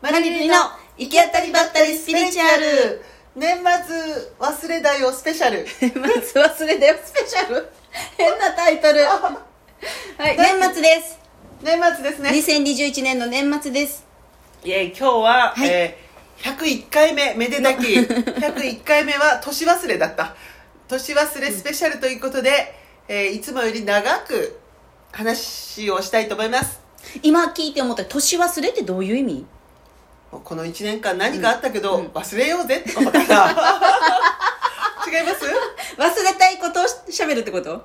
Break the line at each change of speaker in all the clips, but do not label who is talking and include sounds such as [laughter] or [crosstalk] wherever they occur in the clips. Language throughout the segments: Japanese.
マリリンの行き当たりばったりスピリチュア [laughs] ル
年末忘れだよスペシャル
年末忘れだよスペシャル [laughs] 変なタイ [laughs] トルはい年末です
年末ですね
2021年の年末です
イエイ今日は、
はい
えー101回目めで
[laughs]
たき101回目は年忘れだった年忘れスペシャルということで、えーいつもより長く話をしたいと思います
今聞いて思った年忘れってどういう意味
もうこの1年間何かあったけど、
うんうん
忘れようぜって
[laughs]
ことかな違います
忘れたいことをしゃべるってこと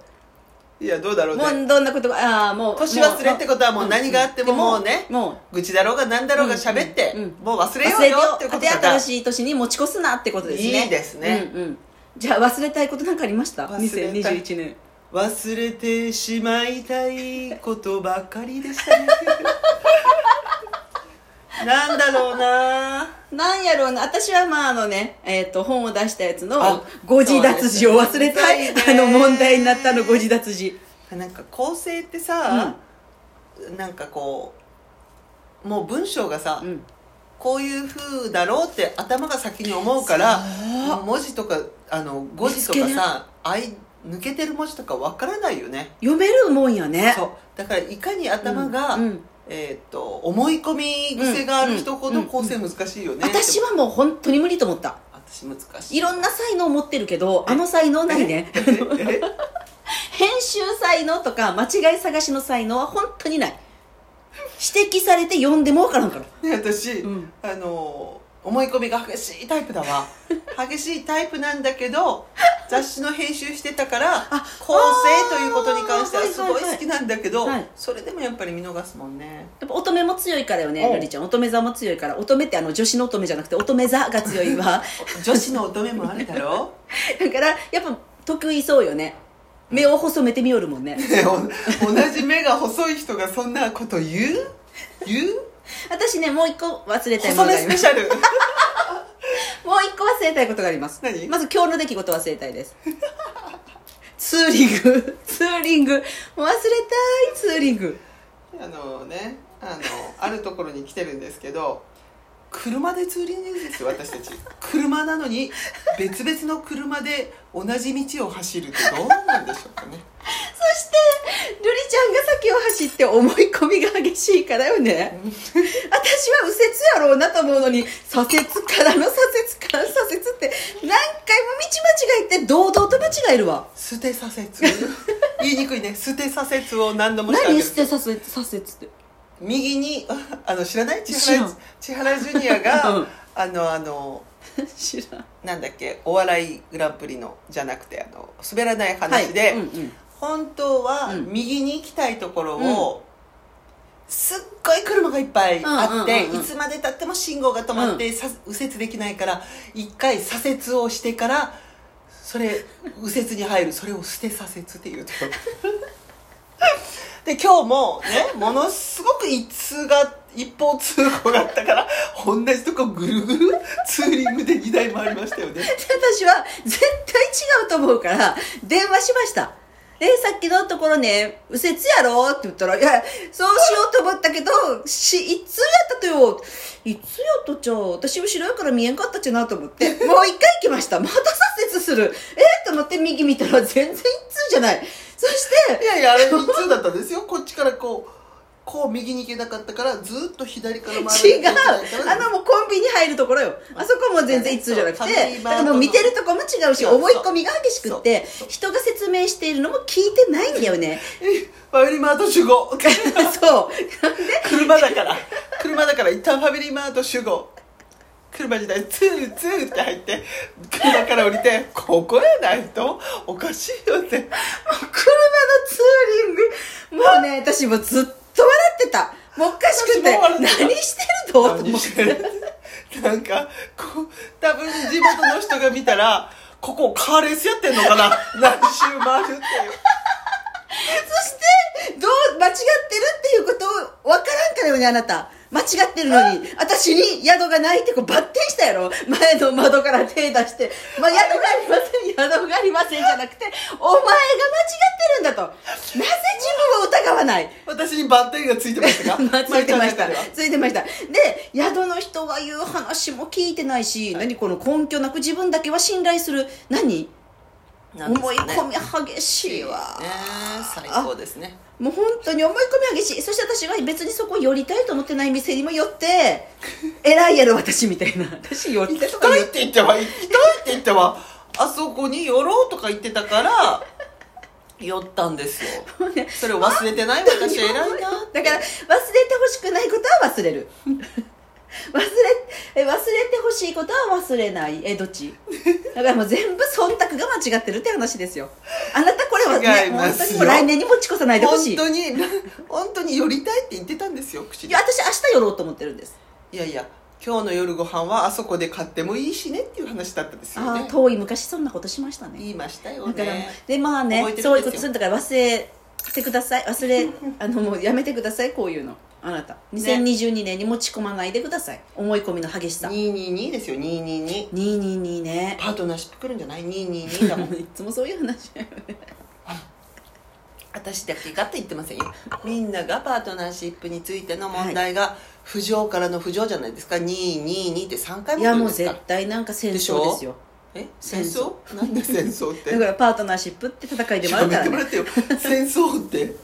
いやどうだろうね
もうどんなことがああもう
年忘れってことはもう何があっても
ん
もうね
もう
愚痴だろうが何だろうが喋って、
うんうん
もう忘れよ
忘
う
れ
よ
よう
っていうこと
で
だか
新
ら
しい年に持ち越すなってことですね
いいですね
うんうんじゃあ忘れたいことなんかありました
忘れたい
2021年
忘れてしまいたいことばかりでしたね [laughs] なんだろうな
なんやろうな私はまああのね、えっと本を出したやつ
あ
の誤字脱字を忘れたい、
そうです
あ
ね
の問題になったの誤字脱字
なんか構成ってさ、なんかこうもう文章がさ、
うん
こういう風だろうって頭が先に思うから
そ
文字とかあの語字とか
見つけ
さあい抜けてる文字とかわからないよね
読めるもんやね
そうだからいかに頭が、
うんうん
えー、と思い込み癖がある人ほど構成難しいよね、
私はもう本当に無理と思った
私難しい
いろんな才能持ってるけどあの才能ないね
え
[laughs] 編集才能とか間違い探しの才能は本当にない指摘されて読んでも分からんから
ね私、
うん
あの思い込みが激しいタイプ
[laughs]
だわ激しいタイプなんだけど雑誌の編集してたから構成ということに関しては
あー
すごい好きなんだけど、
はいはいはい
それでもやっぱり見逃すもんね
やっぱ乙女も強いからよね
おう
瑠璃ちゃん乙女座も強いから乙女ってあの女子の乙女じゃなくて乙女座が強いわ
女子の乙女もあるだろ
[laughs] だからやっぱ得意そうよね目を細めてみよるもんね
ねお同じ目が細い人がそんなこと言う
[laughs]
言う
私ねもう一個忘れたいものが
細め
あり
ス
ます
ペシャル
もう一個忘れたいことがあります
何
まず今日の出来事忘れたいですツーリングツーリングもう忘れたいツーリング
あのねあのあるところに来てるんですけど車でツーリングですよ私たち車なのに別々の車で同じ道を走るってどうなんでしょうかね
そして瑠璃ちゃんが先を走って思い込みが激しいからよね私は右折やろうなと思うのに左折からの左折からの左折って何回も道間違えて堂々と間違えるわ
捨て左折言いにくいね捨て左折を何度もしたわけ
何
で
捨
す
て左折左折って
右にあの知らない千
知ら
原
ん
千原ジュニアが、
[laughs] うん
あのあの
知らん
なんだっけお笑いグランプリのじゃなくてあの滑らない話で、
うんうん、
本当は
うん
右に行きたいところを、すっごい車がいっぱいあって、
うんうんうんうん
いつまでたっても信号が止まって、さ右折できないから一回左折をしてからそれ右折に入るそれを捨て左折っていうところで今日もねものすごく一通が一方通行があったから同じとこぐるぐるツーリングで2台回りましたよね
私は絶対違うと思うから電話しましたえさっきのところね右折やろって言ったら「いやそうしようと思ったけどしいつやったとよいつやったじゃう私後ろやから見えんかったじゃな」と思ってもう一回行きましたまた左折するえー、と思って右見たら全然一通じゃないそして
いやいやあれ普通だったんですよこっちからこうこう右に行けなかったからずっと左から回
違
る
うあのもうコンビニ入るところよあそこも全然一通じゃなく
そうファミ
て
リー
だ
マ
か
ートの
らもう見てるとこも違うし
そう
思い込みが激しくって
そう
人が説明しているのも聞いてないんだよ
[laughs]
ね
ファミリーマート集合
そう
車だから車だから一旦ファミリーマート集合車自体ツーツーって入って車から降りてここやないとおかしいよね
車のツーリングもうね私もずっと笑ってたもうおかしくて
私も笑
何
ってた
してるのと思
何
っ
して
て
るなんかこう多分地元の人が見たらここカーレースやってんのかな何周回るっていう
そしてどう間違ってるっていうことを分からんからよねあなた間違ってるのに私に宿がないってこうバッテンしたやろ前の窓から手出して「まあ、宿がありません宿がありません」じゃなくて「お前が間違ってるんだ」となぜ自分を疑わない
私にバッテンがついてまし
[laughs]
たか
まあついてました
毎回あなたには
ついてましたで宿の人が言う話も聞いてないし、何この根拠なく自分だけは信頼する何
なんです
思い
かね
込み激しいわ
ね最高ですね
もう本当に思い込み激しいそして私は別にそこ寄りたいと思ってない店にも寄って [laughs] 偉いやろ私みたいな私寄りたいと
行き
か
た
言
い
っ
って言っては行きたいって言ってはあそこに寄ろうとか言ってたから寄ったんですよ
[laughs] ね
それを忘れてない私偉いな
だから忘れてほしくないことは忘れる [laughs] 忘れえ忘れてほしいことは忘れないえどっちだからもう全部忖度が間違ってるって話ですよあなたこれは、
違
ね、
い
本
ます
当に
よ
もう来年に持ち越さないでほしい
本
いや
当に本当に寄りたいって言ってたんですよ口で
私明日寄ろうと思ってるんです
いやいや今日の夜ご飯はあそこで買ってもいいしねっていう話だったんですよ
あ
ね
あ遠い昔そんなことしましたね
言いましたよ
だから、
ね
でまあね
覚えて
そ
る
うんいうこと
ですよ
するんだから忘れてください忘
[laughs]
れあのもうやめてくださいこういうのあなた2022年に持ち込まないでください思い込みの激しさ
222ですよ222
222ね
[laughs] パートナーシップ来るんじゃない ?222 だもん
いつもそういう話だよね
私だけがって言ってませんよみんながパートナーシップについての問題が不条からの不条じゃないですか222って3回も
い
言
や
うん
も
で
う
す
絶
か
対なんか戦争ですよ
え戦争なんで戦争って
だからパートナーシップって戦いでもあ
や
るか
め
ら
ても
ね
らってよ戦争って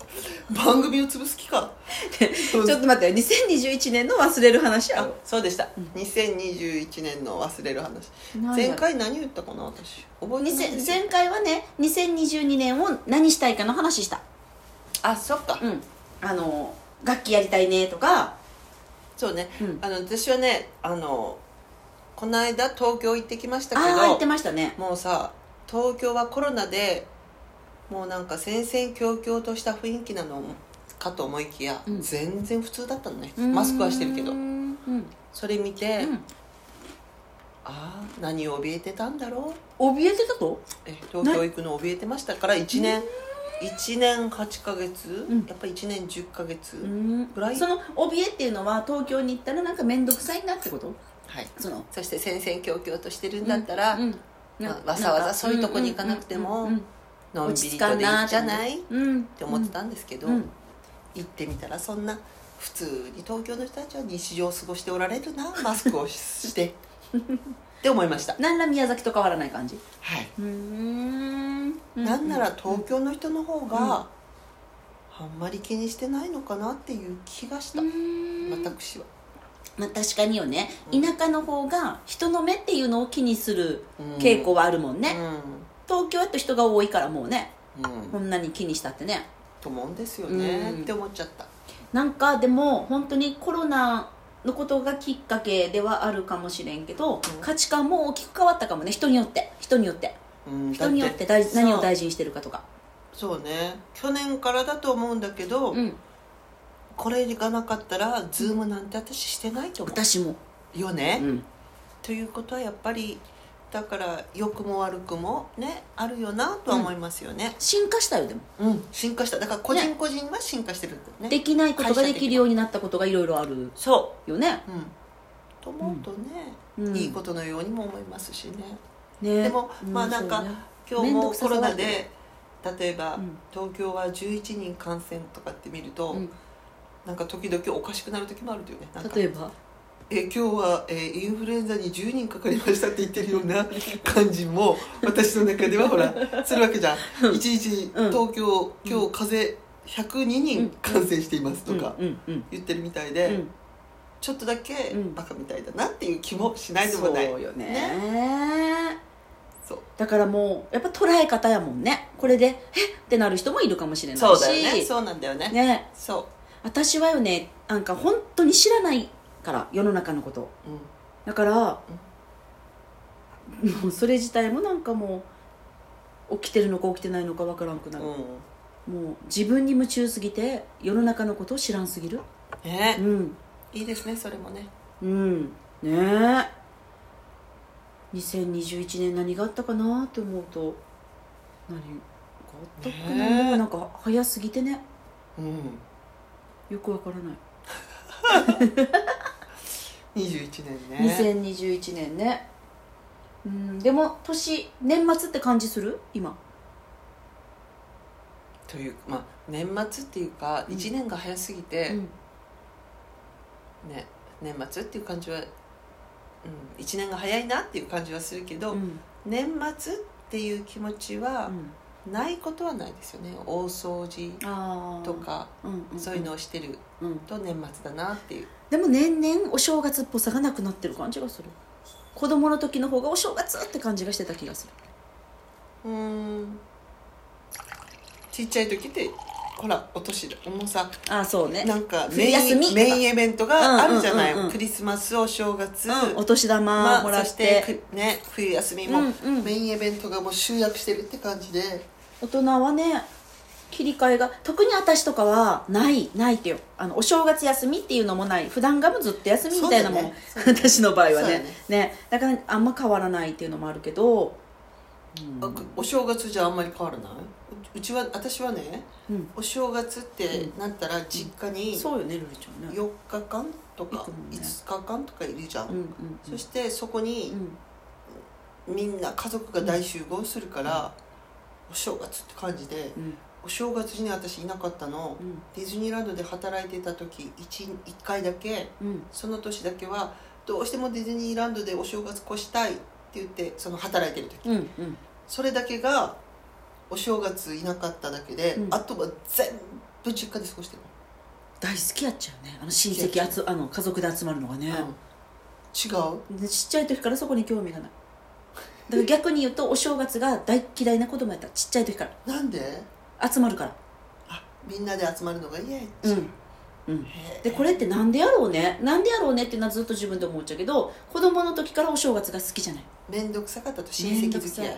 番組を潰す気か
[laughs] ちょっと待って2021年の忘れる話
あ
や
そうでした、2021年の忘れる話
なんだ
前回何言ったかな私覚えてない
2000前回はね2022年を何したいかの話した
あそっか、
うんあの楽器やりたいねとか
そうね、
うん
あの私はねあのこの間東京行ってきましたけ
ああ言って
ど
ましたね
もうさ東京はコロナでもうなんか戦々恐々とした雰囲気なのかと思いきや、
うん
全然普通だったのねマスクはしてるけど
うん
それ見て、
うん
ああ何を怯えてたんだろう
怯えてたと
え東京行くの怯えてましたから1年1年8ヶ月、
うん
やっぱ1年10ヶ月、
ん
ぐらい
その怯えっていうのは東京に行ったらなんか面倒くさいなってこと
はい
その
そして戦々恐々としてるんだったら、
うんな
まあわざわざそういうとこに行かなくても
うんうんうん
のん
落
び
ち
り
着か
と
ん
でいい
なん
じゃないっ
うんって
思ってたんですけど、
うんうん
行ってみたらそんな普通に東京の人たちは日常を過ごしておられるなマスクをしし
[laughs]
てって思いました
なんら宮崎と変わらない感じ
はい、
うん
なんなら東京の人の方が、あんまり気にしてないのかなっていう気がした、
また
私は、
まあ確かによね
うん
田舎の方が人の目っていうのを気にする傾向はあるもんね東京やと人が多いからもうね
うん、うん
こんなに気にしたってね
と思うんですよね、
うん
って思っちゃった
なんかでも本当にコロナのことがきっかけではあるかもしれんけど、
ん
価値観も大きく変わったかもね人によって人によって
うん
人によって
だ
大
て
何を大事にしてるかとか
そうそうね去年からだと思うんだけど、
うん
これがなかったらズームなんて私してないと思
私も、
うよね、
うん
ということはやっぱりだから良くも悪くもねあるよなとは思いますよね
進化したよでも
うん、進化しただから個人個人は進化してるんだよね
できないことができるようになったことがいろいろある
そ
よね
ううんと思うとね、
うん
いいことのようにも思いますしね、
ね
でもまあなんか、
うそうね
今
面
日
倒
も
くさ
コ
そう
ロ
だ
ナ
けど
で例えば、
うん
東京は11人感染とかって見ると、
うん
なんか時々おかしくなる時もあるんだよねなんか
例えば
え今日は、えーインフルエンザに10人かかりましたって言ってるよう
[laughs]
な感じも私の中ではほらするわけじゃん一日
うん
東京今日風邪102人感染していますとか
うんうん
言ってるみたいうで、
ん、
ちょっとだけ
うん
バカみたいだなっていう気もしないでもない、
そうよね
そう
だからもうやっぱ捉え方やもんねこれでえっってなる人もいるかもしれないし
そうだよねそうなんだよね
ね
そ
私はよねなんか本当に知らないから世の中のこと
う、うん
だから、もうそれ自体もなんかもう起きてるのか起きてないのかわからんくなる、
うん
もう自分に夢中すぎて世の中のことを知らんすぎる
ね
うん
いいですねそれもね
うんねえ2021年何があったかなって思うと何があったかな、
ねえ
なんか早すぎてね
うん
よくわからない
21年ね
2021年ねうんでも年年末って感じする今
というまあ年末っていうか
うん
1年が早すぎて、
うん
ね年末っていう感じは、うん、1年が早いなっていう感じはするけど、
うん
年末っていう気持ちは
うん
ないことはないですよね大掃除
あー
とか
うんうん
そういうのをしてる
うん
と年末だなっていう
でも年々お正月っぽさがなくなってる感じがする子供の時の方がお正月って感じがしてた気がする
うんちっちゃい時ってほらお年だもうさ
ああそうね
なんかメ
冬
イ
休み
ンメインイベントがあるじゃない、
うんうんうんうん
クリスマスお正月、
お年玉
ま
も
あ、
ら
そ
っ,、
しててくね冬休みも、
うんうん
メインイベントがもう集約してるって感じで
大人はね切り替えが特に私とかはないないってよあのお正月休みっていうのもない普段がもうずっと休みみたいなもん、 [laughs]
そうだよねそうだよね
私の場合は
そうだよ
ね
ね
ねだからあんま変わらないっていうのもあるけど
あお正月じゃあんまり変わらないううちは私はね
うん
お正月ってなったら実家に
そうよねルルちゃんね
4日間とか
行くもんね
5日間とかいるじゃん、
うんうん
そしてそこ
う
に
ん
みんな家族が大集合するから、お正月って感じで
うん
お正月に私いなかったの、
うん
ディズニーランドで働いてた時 1, 1回だけ
うん
その年だけはどうしてもディズニーランドでお正月越したいって言ってその働いてる時
うんうん
それだけがお正月いなかっただけで、
うん
あとは全部実家で過ごしてる
大好きやっちゃうねあの親戚集あの家族で集まるのがね
の、、違う
でちっちゃい時からそこに興味がないだから逆に言うとお正月が大嫌いな子供やったちっちゃい時か
なんで
ら集まるから
あみんなで集まるのがイエーイ
うんうんでこれってなんでやろうねなんでやろうねっていうのはずっと自分で思っちゃうけど子供の時からお正月が好きじゃない
面倒くさかったと親戚付き合い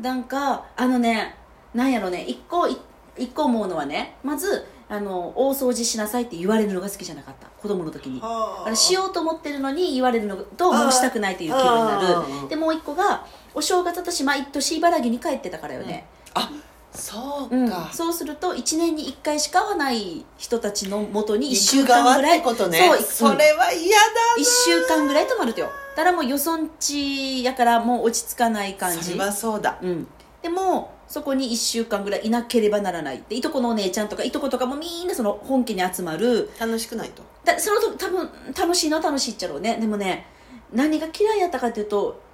なんかあのねなんやろね一個い一個思うのはねまずあの大掃除しなさいって言われるのが好きじゃなかった子供の時にだ
は
からしようと思ってるのに言われるのともうしたくないっていう気分にな
あー
るでもう一個がお正月私毎年茨城に帰ってたからよね、
あそうか、
うんそうすると1年に1回しか会わない人たちのもとに1週
行く側
間ぐらい
ってことね
そう
それは嫌だ
1週間ぐらい泊まるとよだからもうよそんちやからもう落ち着かない感
そ
じ
れはそうだ
うんでもそこに1週間ぐらいいなければならないでいとこのお姉ちゃんとかいとことかもみんなその本家に集まる
楽し
[laughs]
くないと
だその時多分楽しいのは楽しいっちゃろうねでもね何が嫌いやったかっていうと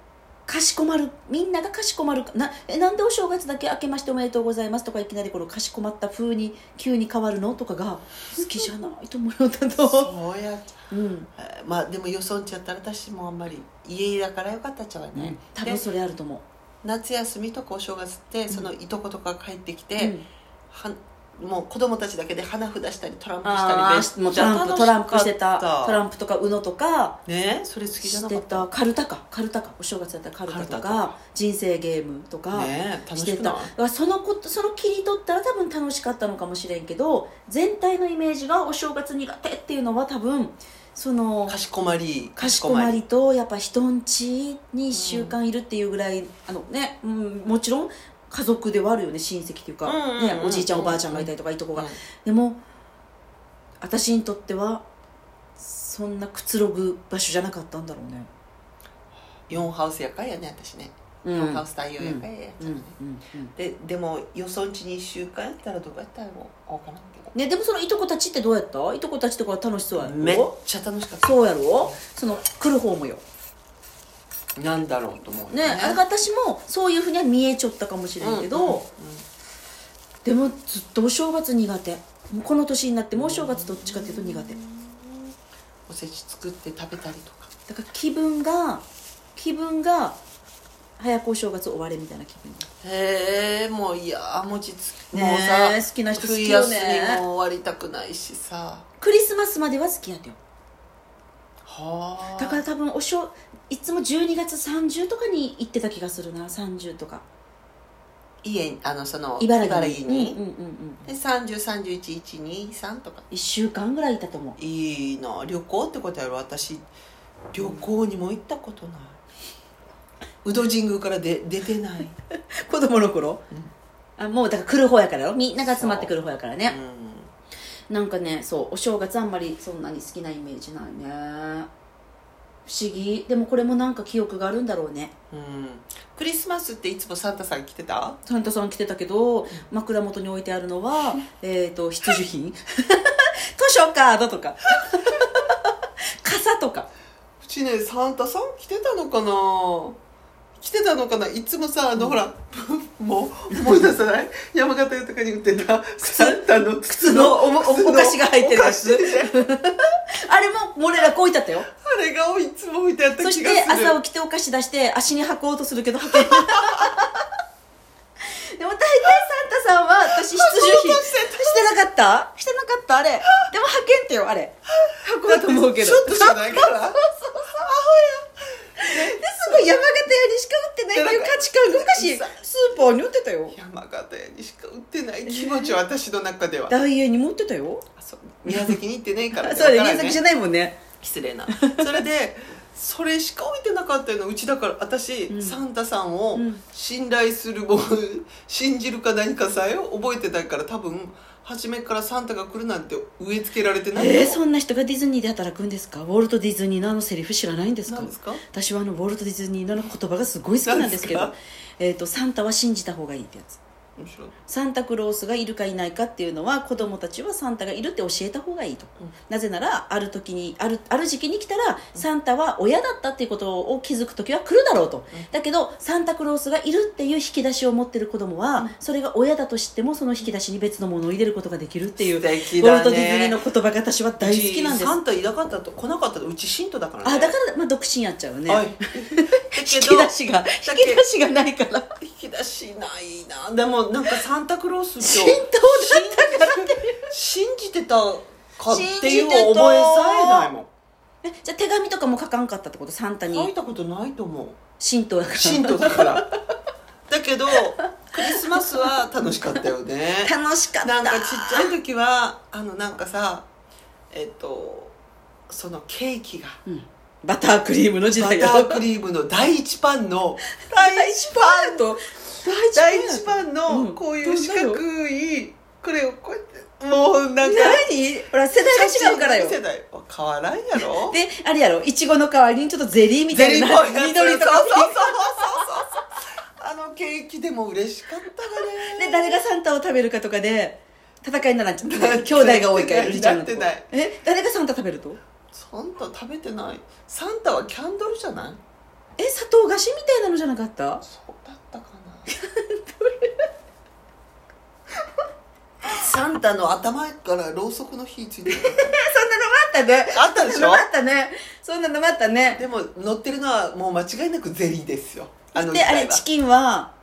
かしこまるみんながかしこまるなえなんでお正月だけ明けましておめでとうございますとかいきなりこのかしこまった風に急に変わるのとかが好きじゃないと思うよだと、
そうや
うん、
えーまあでもよそんちゃったら私もあんまり家だからよかったっちゃうわね、
多
で
分それあると思
夏休みとかお正月ってそのいとことか帰ってき
う、
て、
うん
はもう子供たちだけで花札したりトランプしたり
あ
ね
ーもうトランプトランプしてたト
ン
ランプとか UNO とか
プねそれ好きじゃ
し
なか
て
った
たカルタかカルタかお正月だったらカルタとか
カルタとか
人生ゲームとか
ね楽
し
してく
た
ない
だからそのことその切り取ったら多分楽しかったのかもしれんけど全体のイメージがお正月苦手っていうのは多分その
かしこまり
かしこまりとやっぱ人んちに1週間いるっていうぐらい、あのね、うん、もちろん家族ではあるよね親戚っていうか、
うんうんうん
ね、おじいちゃんおばあちゃんがいたりとかいとこが、
うん
でも私にとってはそんなくつろぐ場所じゃなかったんだろうね
4ハウスやかいやね私ね、
うん
4ハウス太陽やかいやね、
うんうんうん
ででもよそんちに1週間やったらどうやったらもうわからんけど
ね、でもそのいとこたちってどうやったいとこたちとかは楽しそうやろ
めっちゃ楽しかっ
そうやろその来る方もよ
たなんだろうと思うよ
ねあれが私もそういうふうには見えちょったかもしれんけど、
うんうんうん
でもずっとお正月苦手もうこの年になってもお正月どっちかっていうと苦手
おせち作って食べたりとか
だから気分が気分が早くお正月終われみたいな気分
へえもういや餅つき
ねえ
もうさ
好きな人好きよね
冬休みも終わりたくないしさ
クリスマスまでは好きやでよ
はあ
だから多分お正いつも12月30とかに行ってた気がするな30とか
家にあのその
茨城に
に、
うんうんうんうん、
で30311123とか
1週間ぐらいいたと思う
いいな旅行ってことやろ私旅行にも行ったことない宇都神宮からで出てない、
子供の頃、あもうだから来る方やからよみんなが集まってくる方やから
う
ね、
ん、
なんかねそうお正月あんまりそんなに好きなイメージないね不思議でもこれもなんか記憶があるんだろうね
うんクリスマスっていつもサンタさん来てた
サンタさん来てたけど枕元に置いてあるの
[laughs]
はえーと必需品図書カードと
[laughs]
か傘とか
うちねサンタさん来てたのかな来てたのかないつもさあの、ほら [laughs] もう思い出さない山形とかに売ってたサンタの
靴
靴
の
の
おもおお菓子が入ってるやつ
お菓子ね
あれも俺らこういったった
[laughs]
よ
あれがいつも置いてあった気
そ
がす
し
る
て朝起きてお菓子出して足に履こうとするけど履
[laughs]
けないでも大体サンタさんは私必需
履こう [laughs]
品
としてた
してなかったしてなか
[laughs]
ったあれでも履けんってよあれ履こうと思うけど
ちょっとしかないから
ですごい山形屋にしか売ってないっていう価値観が昔スーパーに売ってたよ
山形にしか売ってない気持ちは私の中では
ダイエーに持ってたよ
あそう宮崎に行ってないから
あ
ね
そうだ
わ
宮
からんね
崎じゃないもんね
失礼なそれでそれしか置いてなかったのうちだから私、
うん
サンタさんを
うん
信頼するも、信じるか何かさえ覚えてないから多分初めからサンタが来るなんて植え付けられてないよ
えー、そんな人がディズニーで働くんですかウォルト・ディズニーのあのセリフ知らないんですか
なんですか
私はあのウォルト・ディズニーのあの言葉がすごい好きなんですけ
な
ど
んです
えー、とサンタは信じた方がいいってやつ
面白い
サンタクロースがいるかいないかっていうのは子供たちはサンタがいるって教えた方がいいと、
うん
なぜならある時にあるある時期に来たらサンタは親だったっていうことを気づく時は来るだろうと、だけどサンタクロースがいるっていう引き出しを持ってる子供は、それが親だとしてもその引き出しに別のものを入れることができるっていう、
素敵
ウォ
だ
ル
ね
ト・ディズニーの言葉が私は大好きなんです
うちサンタいなかったと来なかったとうち信徒だからね
あだから、まあ、独身やっちゃうね、
はい
[laughs]
だ
引
け
き
ど
出しが引き出しがないから
引き出しないなでもなんかサンタクロースと
浸透だったから
信じてたかっていう覚えさえないもん
えじゃあ手紙とかも書かんかったってことサンタ
書い
に
たことないと思う
神道だから
信徒だからだけどクリスマスは楽しかったよね
楽しかった
なんかちっちゃい時はあのなんかさえっとそのケーキが
うんバタークリームの時
バタ
代だ
ークリームの第一パンの
第一パンと
第
第
一
ン
パンのこういう四角いこれをこうやってもうなんか
何ほら世代が違うからよ
世代は変わらんやろ
であれやろいちごの代わりにちょっとゼリーみた
ゼ
い
リ
な
ーっぽいやつ
緑とか
そうそうそうそう
[laughs]
そうあのケーキでも嬉しかったがね
で誰がサンタを食べるかとかで戦いにならんちゃった
なってない
兄弟が多いから
なってない
リチャードの子
なってない
え誰がサンタ食べると
サンタ食べてないサンタはキャンドルじゃない
え砂糖菓子みたいなのじゃなかった
そうだったかなサンタの頭からろうそくの火ついてる
そんなのもあったね
あったでしょ
そんなのもあったねそんなのもあったね
でも乗ってるのはもう間違いなくゼリーですよあの時
であ
代は
れチキンは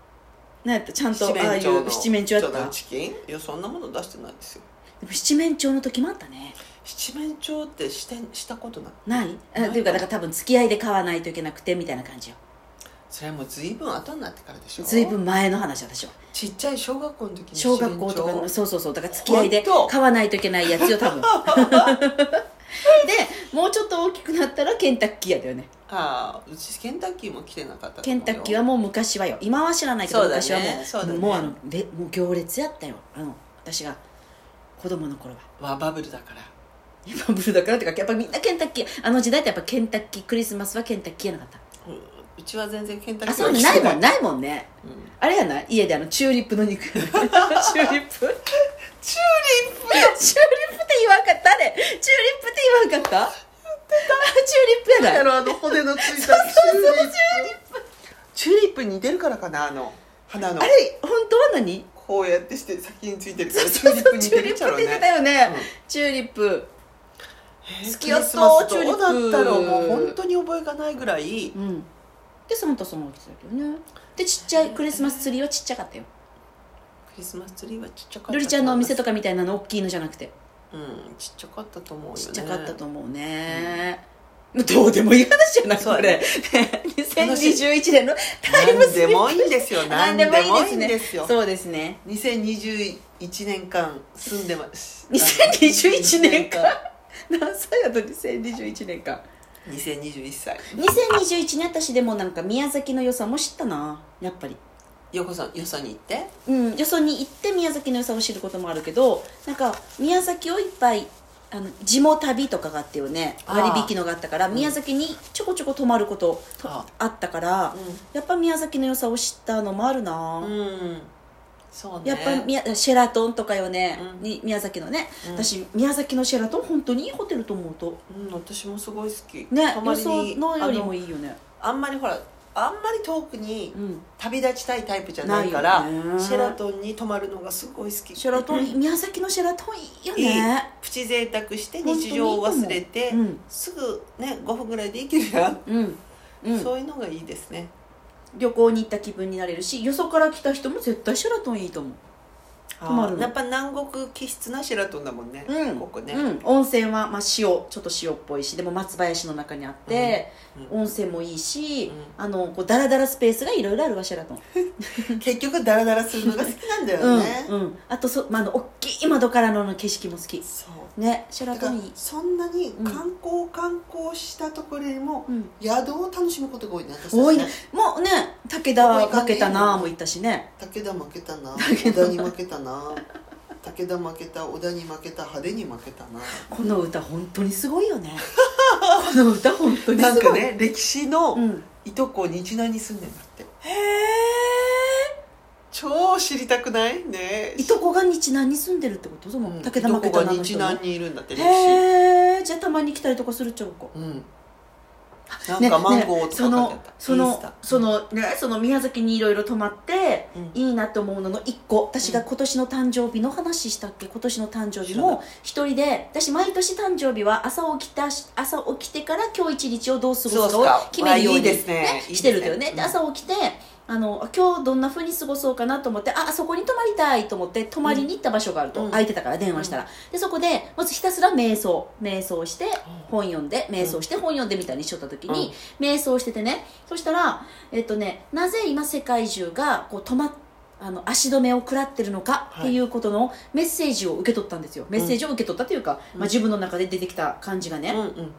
何やったちゃんと
七
ああ
面
い
鳥
う
の
七面鳥やった
の
で
チキンいやそんなもの出してないですよ
も七面鳥の時もあったね
七面鳥ってしてしたことない
ない
な
あ
い
というかだから多分付き合いで買わないといけなくてみたいな感じよ
それはもう随分後になってからでしょ
ずいぶん前の話私は
ちっちゃい小学校の時に
小学校とか
七面
の
鳥
そうそうそうだから付き合いで
本当
買わないといけないやつよ多
[laughs]
分でもうちょっと大きくなったらケンタッキーやだよね
ああうちケンタッキーも来てなかったと
ケ
思
ン
うよ
タッキーはもう昔はよ今は知らないけど、
そうだね
昔はも
そう
う
だね
もうあのでもう行列やったよあの私が子供の頃は
はバブルだから
今ブルだからってかやっぱみんなケンタッキーあの時代ってやっぱケンタッキークリスマスはケンタッキーやなかっ
うんうちは全然ケンタ
たあ
ッキ
そ
ーは
うね
来
ない
て
もんないもんね
うん
あれやない家であのチューリップの [laughs] 肉チューリップチューリップって
チューリップ
言わんかったねチューリップって言わんかったチューリップやな
や
い
ろあの骨のついたチューリップチューリップに似てるからかなあの花の
あれ本当は何
こうやってして先についてるからチ
そう
ューリッ
そ
プ
う
に似
チュ
て
ーリッ
る
プ
ちゃろ
っ
う
て言って
ね
たよね
うん
チューリップ好きやった
チューリップどうだったろうもう本当に覚えがないぐらい
うんでサンタさんが来てたけどねでちっちゃいクリスマスツリーはちっちゃかったよ
クリスマスツリーはちっちゃかった
ルリちゃんのお店と
か
かみたいなの大きいのじゃなくて
うんちっちゃかったと思うよね
ちっちゃかったと思うね、どうでもいい話じゃない
そ
こ
うだ
れ、
ね
ね、2021年のタイム
何
スリ
で
ップ
もいいんで
[laughs]
すよ何でもいいん
ね
ですよ
そうですね
2021年間住んでます
2021年間何歳やと2021年か
2021歳
2021年私でもなんか宮崎の良さも知ったなやっぱり
よこさんよそに行って
うんよそに行って宮崎の良さを知ることもあるけどなんか宮崎をいっぱいあの地元旅とかがあってよね
あー
割引のがあったから宮崎にちょこちょこ泊まることと
あ
あったから、
うん
やっぱ宮崎の良さを知ったのもあるな、
うんそうね
やっぱ宮シェラトンとかよね、
うん
に宮崎のね、
うん
私宮崎のシェラトン本当にいいホテルと思うと
うん、私もすごい好き
ね
た
予
まに
想のよりも
あ
いいよね
のあんまりほらあんまり遠くに
うん
旅立ちたいタイプじゃないから
ないよね
シェラトンに泊まるのがすごい好き
シェラトン、
うん
宮崎のシェラトンいいよ
いい
ね
プチ贅沢して
本当にいい
日常を忘れて
と思ううん
すぐね5分ぐらいで行けるやん、
うん、うん、
そういうのがいいですね
旅行に行った気分になれるしよそから来た人も絶対シェラトンいいと思う泊まるの
あーやっぱ南国気質なシェラトンだもんね、
うん
ここね、
うん、温泉は、まあ、塩ちょっと塩っぽいしでも松林の中にあって、
う
温泉もいいし、
うん
あのこうダラダラスペースがいろいろあるわシェラトン、
結局ダラダラするのが好きなんだ
う
よ
ん
ね、
うん、あとそ、まあ、あの大きい窓からの景色も好き
そう
ねシェラ
だか
ト
ら
ンいい、
そんなに
うん
観光観光したところよりも
うん、
宿を楽しむことが多いね私たちね
多いねもうね武田は
ここ行か
負
ん
け
でいいの
たなあも行ったしね
武田負けたな織田に負けたな武田負けた織田に負けた派手に負けたな
この歌本当にすごいよね
[laughs]
この歌本当に
なん
す
か
ごい、
ね歴史の
うん、
いとこ日南に住んでんだって
へえ
超知りたくないね
いとこが日南に住んでるってことその、
う
武
ん
田負け
い
た
とこ
な
が
あの
日
人の
南にいるんだって歴史
へえじゃあたまに来たりとかするっちゃうか
うんなんかマンゴーとか
そ
書いてあ
の
った
そ
インス
の
タ
そのねその宮崎にいろいろ泊まって、
うん
いいなと思うのの一個私が今年の誕生日の話したっけ今年の誕生日
知ら
も一人で私毎年誕生日は朝起きたし朝起きてから今日一日をどう過ごす
そ
か
う
を
っすか
決めるように、
わあいいですねいいですね
してるんだよね
うん
で朝起きてあの今日どんなふうに過ごそうかなと思ってああそこに泊まりたいと思って泊まりに行った場所があると、
うん
空いてたから電話したら、でそこでまずひたすら瞑想瞑想して本読んで瞑想して本読んでみたいにしとった時に、瞑想しててねそしたら、えっとね、なぜ今世界中がこう止まっあの足止めを食らってるのかっていうことのメッセージを受け取ったんですよ、メッセージを受け取ったというか、
うん
まあ、自分の中で出てきた感じがね、
うんうん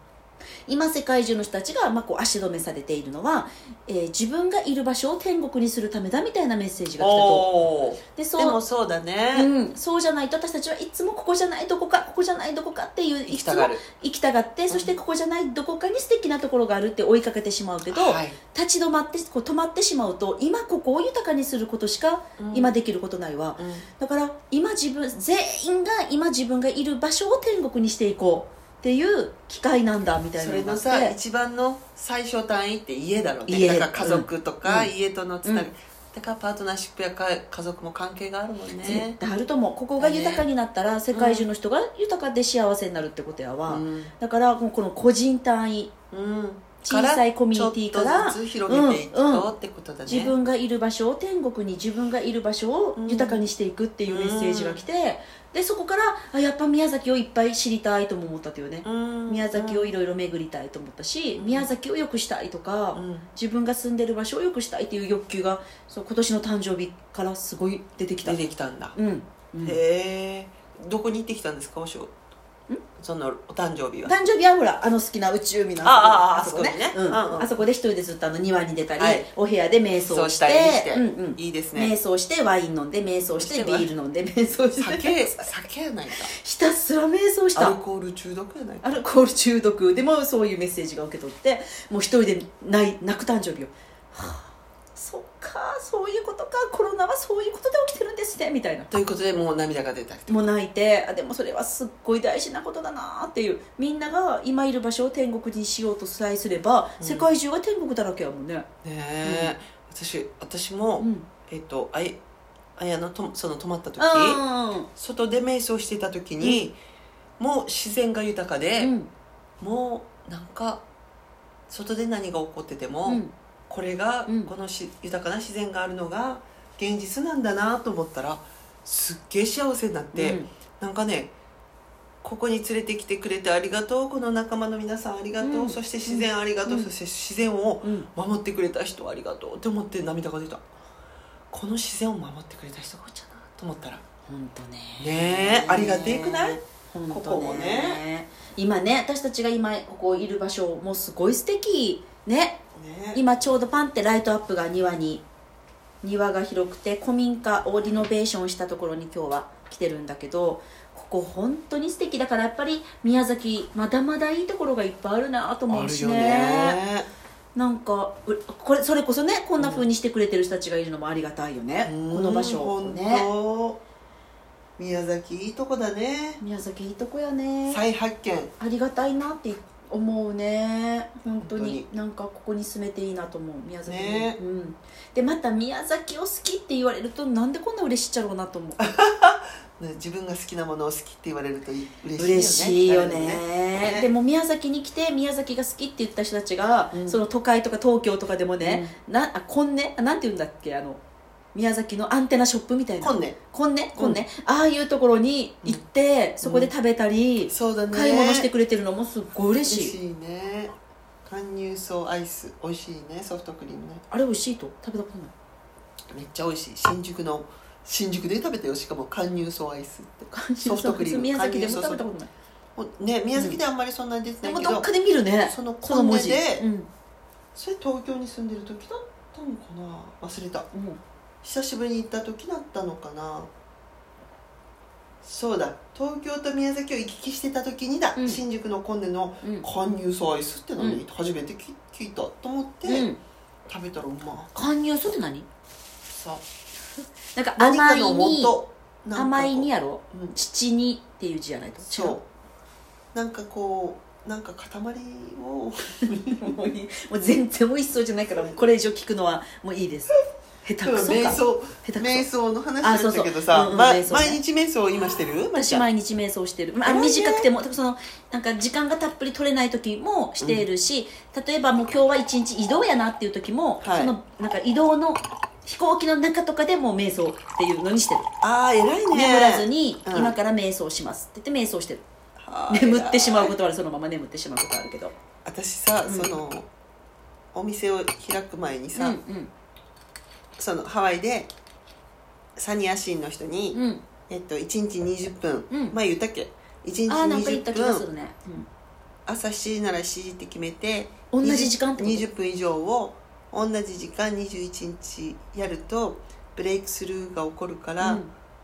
今世界中の人たちが、まあ、こう足止めされているのは、えー自分がいる場所を天国にするためだみたいなメッセージが来たと
おー
でそう
でもそうだね、
うん、そうじゃないと私たちはいつもここじゃないどこかここじゃないどこかっていう
行きたがる
いつも行きたがってそしてここじゃないどこかに素敵なところがあるって追いかけてしまうけど、
はい
立ち止まってこう止まってしまうと今ここを豊かにすることしか
うん
今できることないわ、
うん
だから今自分全員が今自分がいる場所を天国にしていこうっていう機会なんだみたい
そ
な
れ
のがあ
の
って
さ一番の最小単位って家だろうね
家
だから家族とか、
うん
家とのつながり、
うん
だからパートナーシップやか家族も関係があるもん
絶
ね、
対あると思うここが豊かになったら世界中の人が豊かで幸せになるってことや
う
わ、
ん
だからもうこの個人単位
うん、
小さいコミュニティから
ちょっとずつ広げていく
うん
とってことだね、
自分がいる場所を天国に自分がいる場所を豊かにしていくっていうメッセージが来て、でそこからあやっぱ宮崎をいっぱい知りたいとも思ったというね、
うん
宮崎をいろいろ巡りたいと思ったし、
うん
宮崎を良くしたいとか、
うん
自分が住んでる場所を良くしたいっていう欲求がそう今年の誕生日からすごい出てきた
出てきたんだ、
うん、うん
へ
誕
えどこに行ってきたんですかお仕事そのお誕生日は
生日はほらあの好きな宇宙海の
あああ
そこね
あそ
う
こにね
ん
うんうん
あそこで一人でずっとあの庭に出たり、
はい
お部屋で瞑
そ
想
う
し
してたりして、
うんうん
いいです
瞑
ね
想してワイン飲んで瞑想して
して
ビ
ワイン
ール飲んで瞑想
[laughs]
して
酒酒やないか
ひたすら瞑想し
アル
た
コール中毒やないか
アルコール中毒でもそういうメッセージが受け取ってもう一人でない泣く誕生日を、はあ、そっかそういうことかコロナはそういうことで起きてるんですねみたいな
ということでもう涙が出たりと
もう泣いてあでもそれはすっごい大事なことだなっていうみんなが今いる場所を天国にしようとさえすれば、
うん
世界中が天国だらけやもんね
ねえ、私私も、
うん
えっとあいあやのとその泊まった時
あ
外で瞑想してた時に、もう自然が豊か
ー
で、
うん
もうなんか外で何が起こってても、
うん
これが、
うん
このし豊かな自然があるのが現実なんだなと思ったらすっげえ幸せになって、
うん
なんかねここに連れてきてくれてありがとうこの仲間の皆さんありがとう、
うん
そして自然ありがとう、
うん
そして自然を
うん
守ってくれた人ありがとうって思って涙が出たこの自然を守ってくれた人がおっちゃなと思ったら
本当ね
ねえありがてえくない
本当ね
ここもね
今ね私たちが今ここいる場所もすごい素敵ね
ね
今ちょうどパンってライトアップが庭に庭が広くて古民家をリノベーションしたところに今日は来てるんだけどこここ本当に素敵だからやっぱり宮崎まだまだいいところがいっぱいあるなと思
あ
う
る
し
よ
ね
ね
なんかうこれそれこそねこんな風にしてくれてる人たちがいるのもありがたいよね、この場所を
うん
ね
本当宮崎いいとこだね
宮崎いいとこやね
再発見
ありがたいなって思うね本当に
本
なんかここに住めていいなと思う宮崎に、
ね
うん、でまた宮崎を好きって言われるとなんでこんな嬉しいっちゃろうなと思う
ね自分が好きなものを好きって言われるとい
嬉
嬉
し
し
い
い
よ
よ
ね
ねね
でも宮崎に来て宮崎が好きって言った人たちが、
うん
その都会とか東京とかでもね、なあこんねあなんて言うんだっけあの宮崎のアンテナショップみたいな
こんね
こんねこんね、ああいうところに行って、そこで食べたり、
そうだね
買い物してくれてるのもすっごい嬉しい
嬉しいね貫入層アイス美味しいねソフトクリームね
あれ美味しいと食べたことない
めっちゃ美味しい新宿の新宿で食べたよしかも貫入層アイスってソフトクリーム
宮崎でも
貫入層
食べたことない
もうね宮崎ではあんまりそんなに出て
で
ない
も
け
ど
ど
っ、かで見るね
その
その
コン
文
ネ
字
で
うん、
それ東京に住んでる時だったのかな忘れた
うん
久しぶりに行った時だったのかなそうだ東京と宮崎を行き来してた時にだ、
うん
新宿のコンネの
うん
貫入層アイスっての
うん
に初めてき聞いたと思って、
うん
食べたらうま
貫入層って何
さ
なんか
何
甘
か
い
の
に
元なんかこう
甘いにやろ
うん
父にっていう字じゃないと
そうなんかこうなんか塊
[laughs]
を
違うもういいもう全然美味しそうじゃないからもうこれ以上聞くのはもういいです下手くそ
瞑
か下
想
手く
瞑
そ
想の話
あ
だ
そう
っ
そう
たけどさ、
うんうん
ま
瞑想ね
毎日瞑想を今してるま
私
ちゃん
毎日瞑想してる、まあ、
偉いね
短くても多分そのなんか時間がたっぷり取れない時もしているし、例えばもう今日は一日移動やなっていう時も、
はい
そのなんか移動の飛行機の中とかでもう瞑想っていうのにしてる
ああ偉いね
眠らずに
うん
今から瞑想しますって言って瞑想してる
はー
眠ってしまうことはあるそのまま眠ってしまうことはあるけど
私さ、
うん
そのお店を開く前に
う
さ、
ん
そのハワイでサニーアシンの人に、
うんうん
えっと、1日20分、
うん
前言ったっけ1日
ああなんか言っ
20
た気がす
分
るね、うん
朝7時なら7時って決めて
同じ時間ってこと
20, 20分以上を同じ時間21日やるとブレイクスルーが起こるから
うん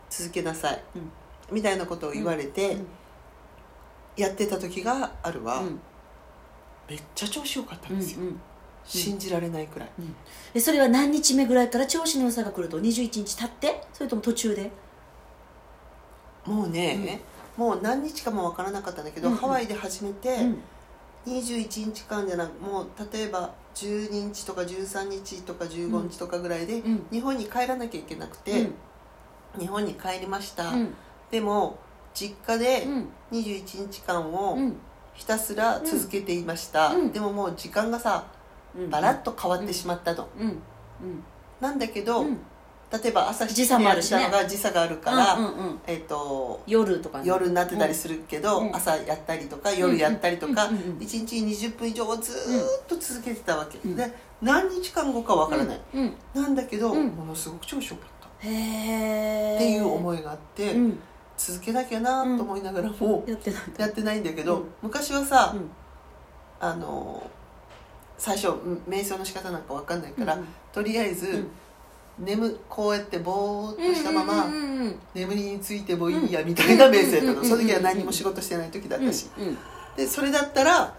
続けなさい、
うん
みたいなことを言われて
うん
やってた時があるわ、
うん
めっちゃ調子良かった
うん
ですよ、
ん
信じられないくらい
でそれは何日目ぐらいから調子の良さが来ると21日経ってそれとも途中で
もうね、もう何日かもわからなかったんだけど、
うんうん
ハワイで始めて
うん
21日間じゃなくもう例えば12日とか13日とか15日とかぐらいで
うん
日本に帰らなきゃいけなくて、日本に帰りました、
うん
でも実家で
うん
21日間
う
を
ん
ひたすら続けていました、
うん
でももう時間がさ
うん
バラッと変わってしまったと、
うんうん
なんだけど、
うん
例えば朝7
時差もあるし
時
ね
やってたのが時差があるから、
うんうんうん
えっ、と
夜とかね
夜になってたりするけど、
うん
朝やったりとか夜やったりとか、
うんうんうんうん
一1日20分以上をずーっと続けてたわけ、
うん
で何日間後かわからない、
うん
なんだけど、
うん
ものすごく調子よかった
へえ
ってい
い
う思いがあって、
うん
続けなきゃなと思いながらも
やってない
やってないんだけど、
うん
昔はさ、
うん
あのー最初うん瞑想の仕方なんかわかんないから、
うん
とりあえず、
うん
眠こうやってぼーっとしたまま、
うんうんうんうん
眠りについてもいいやみたいな瞑想やった
うんう
の、
んうん
その時は何も仕事してない時だったし、
うんうん
でそれだったら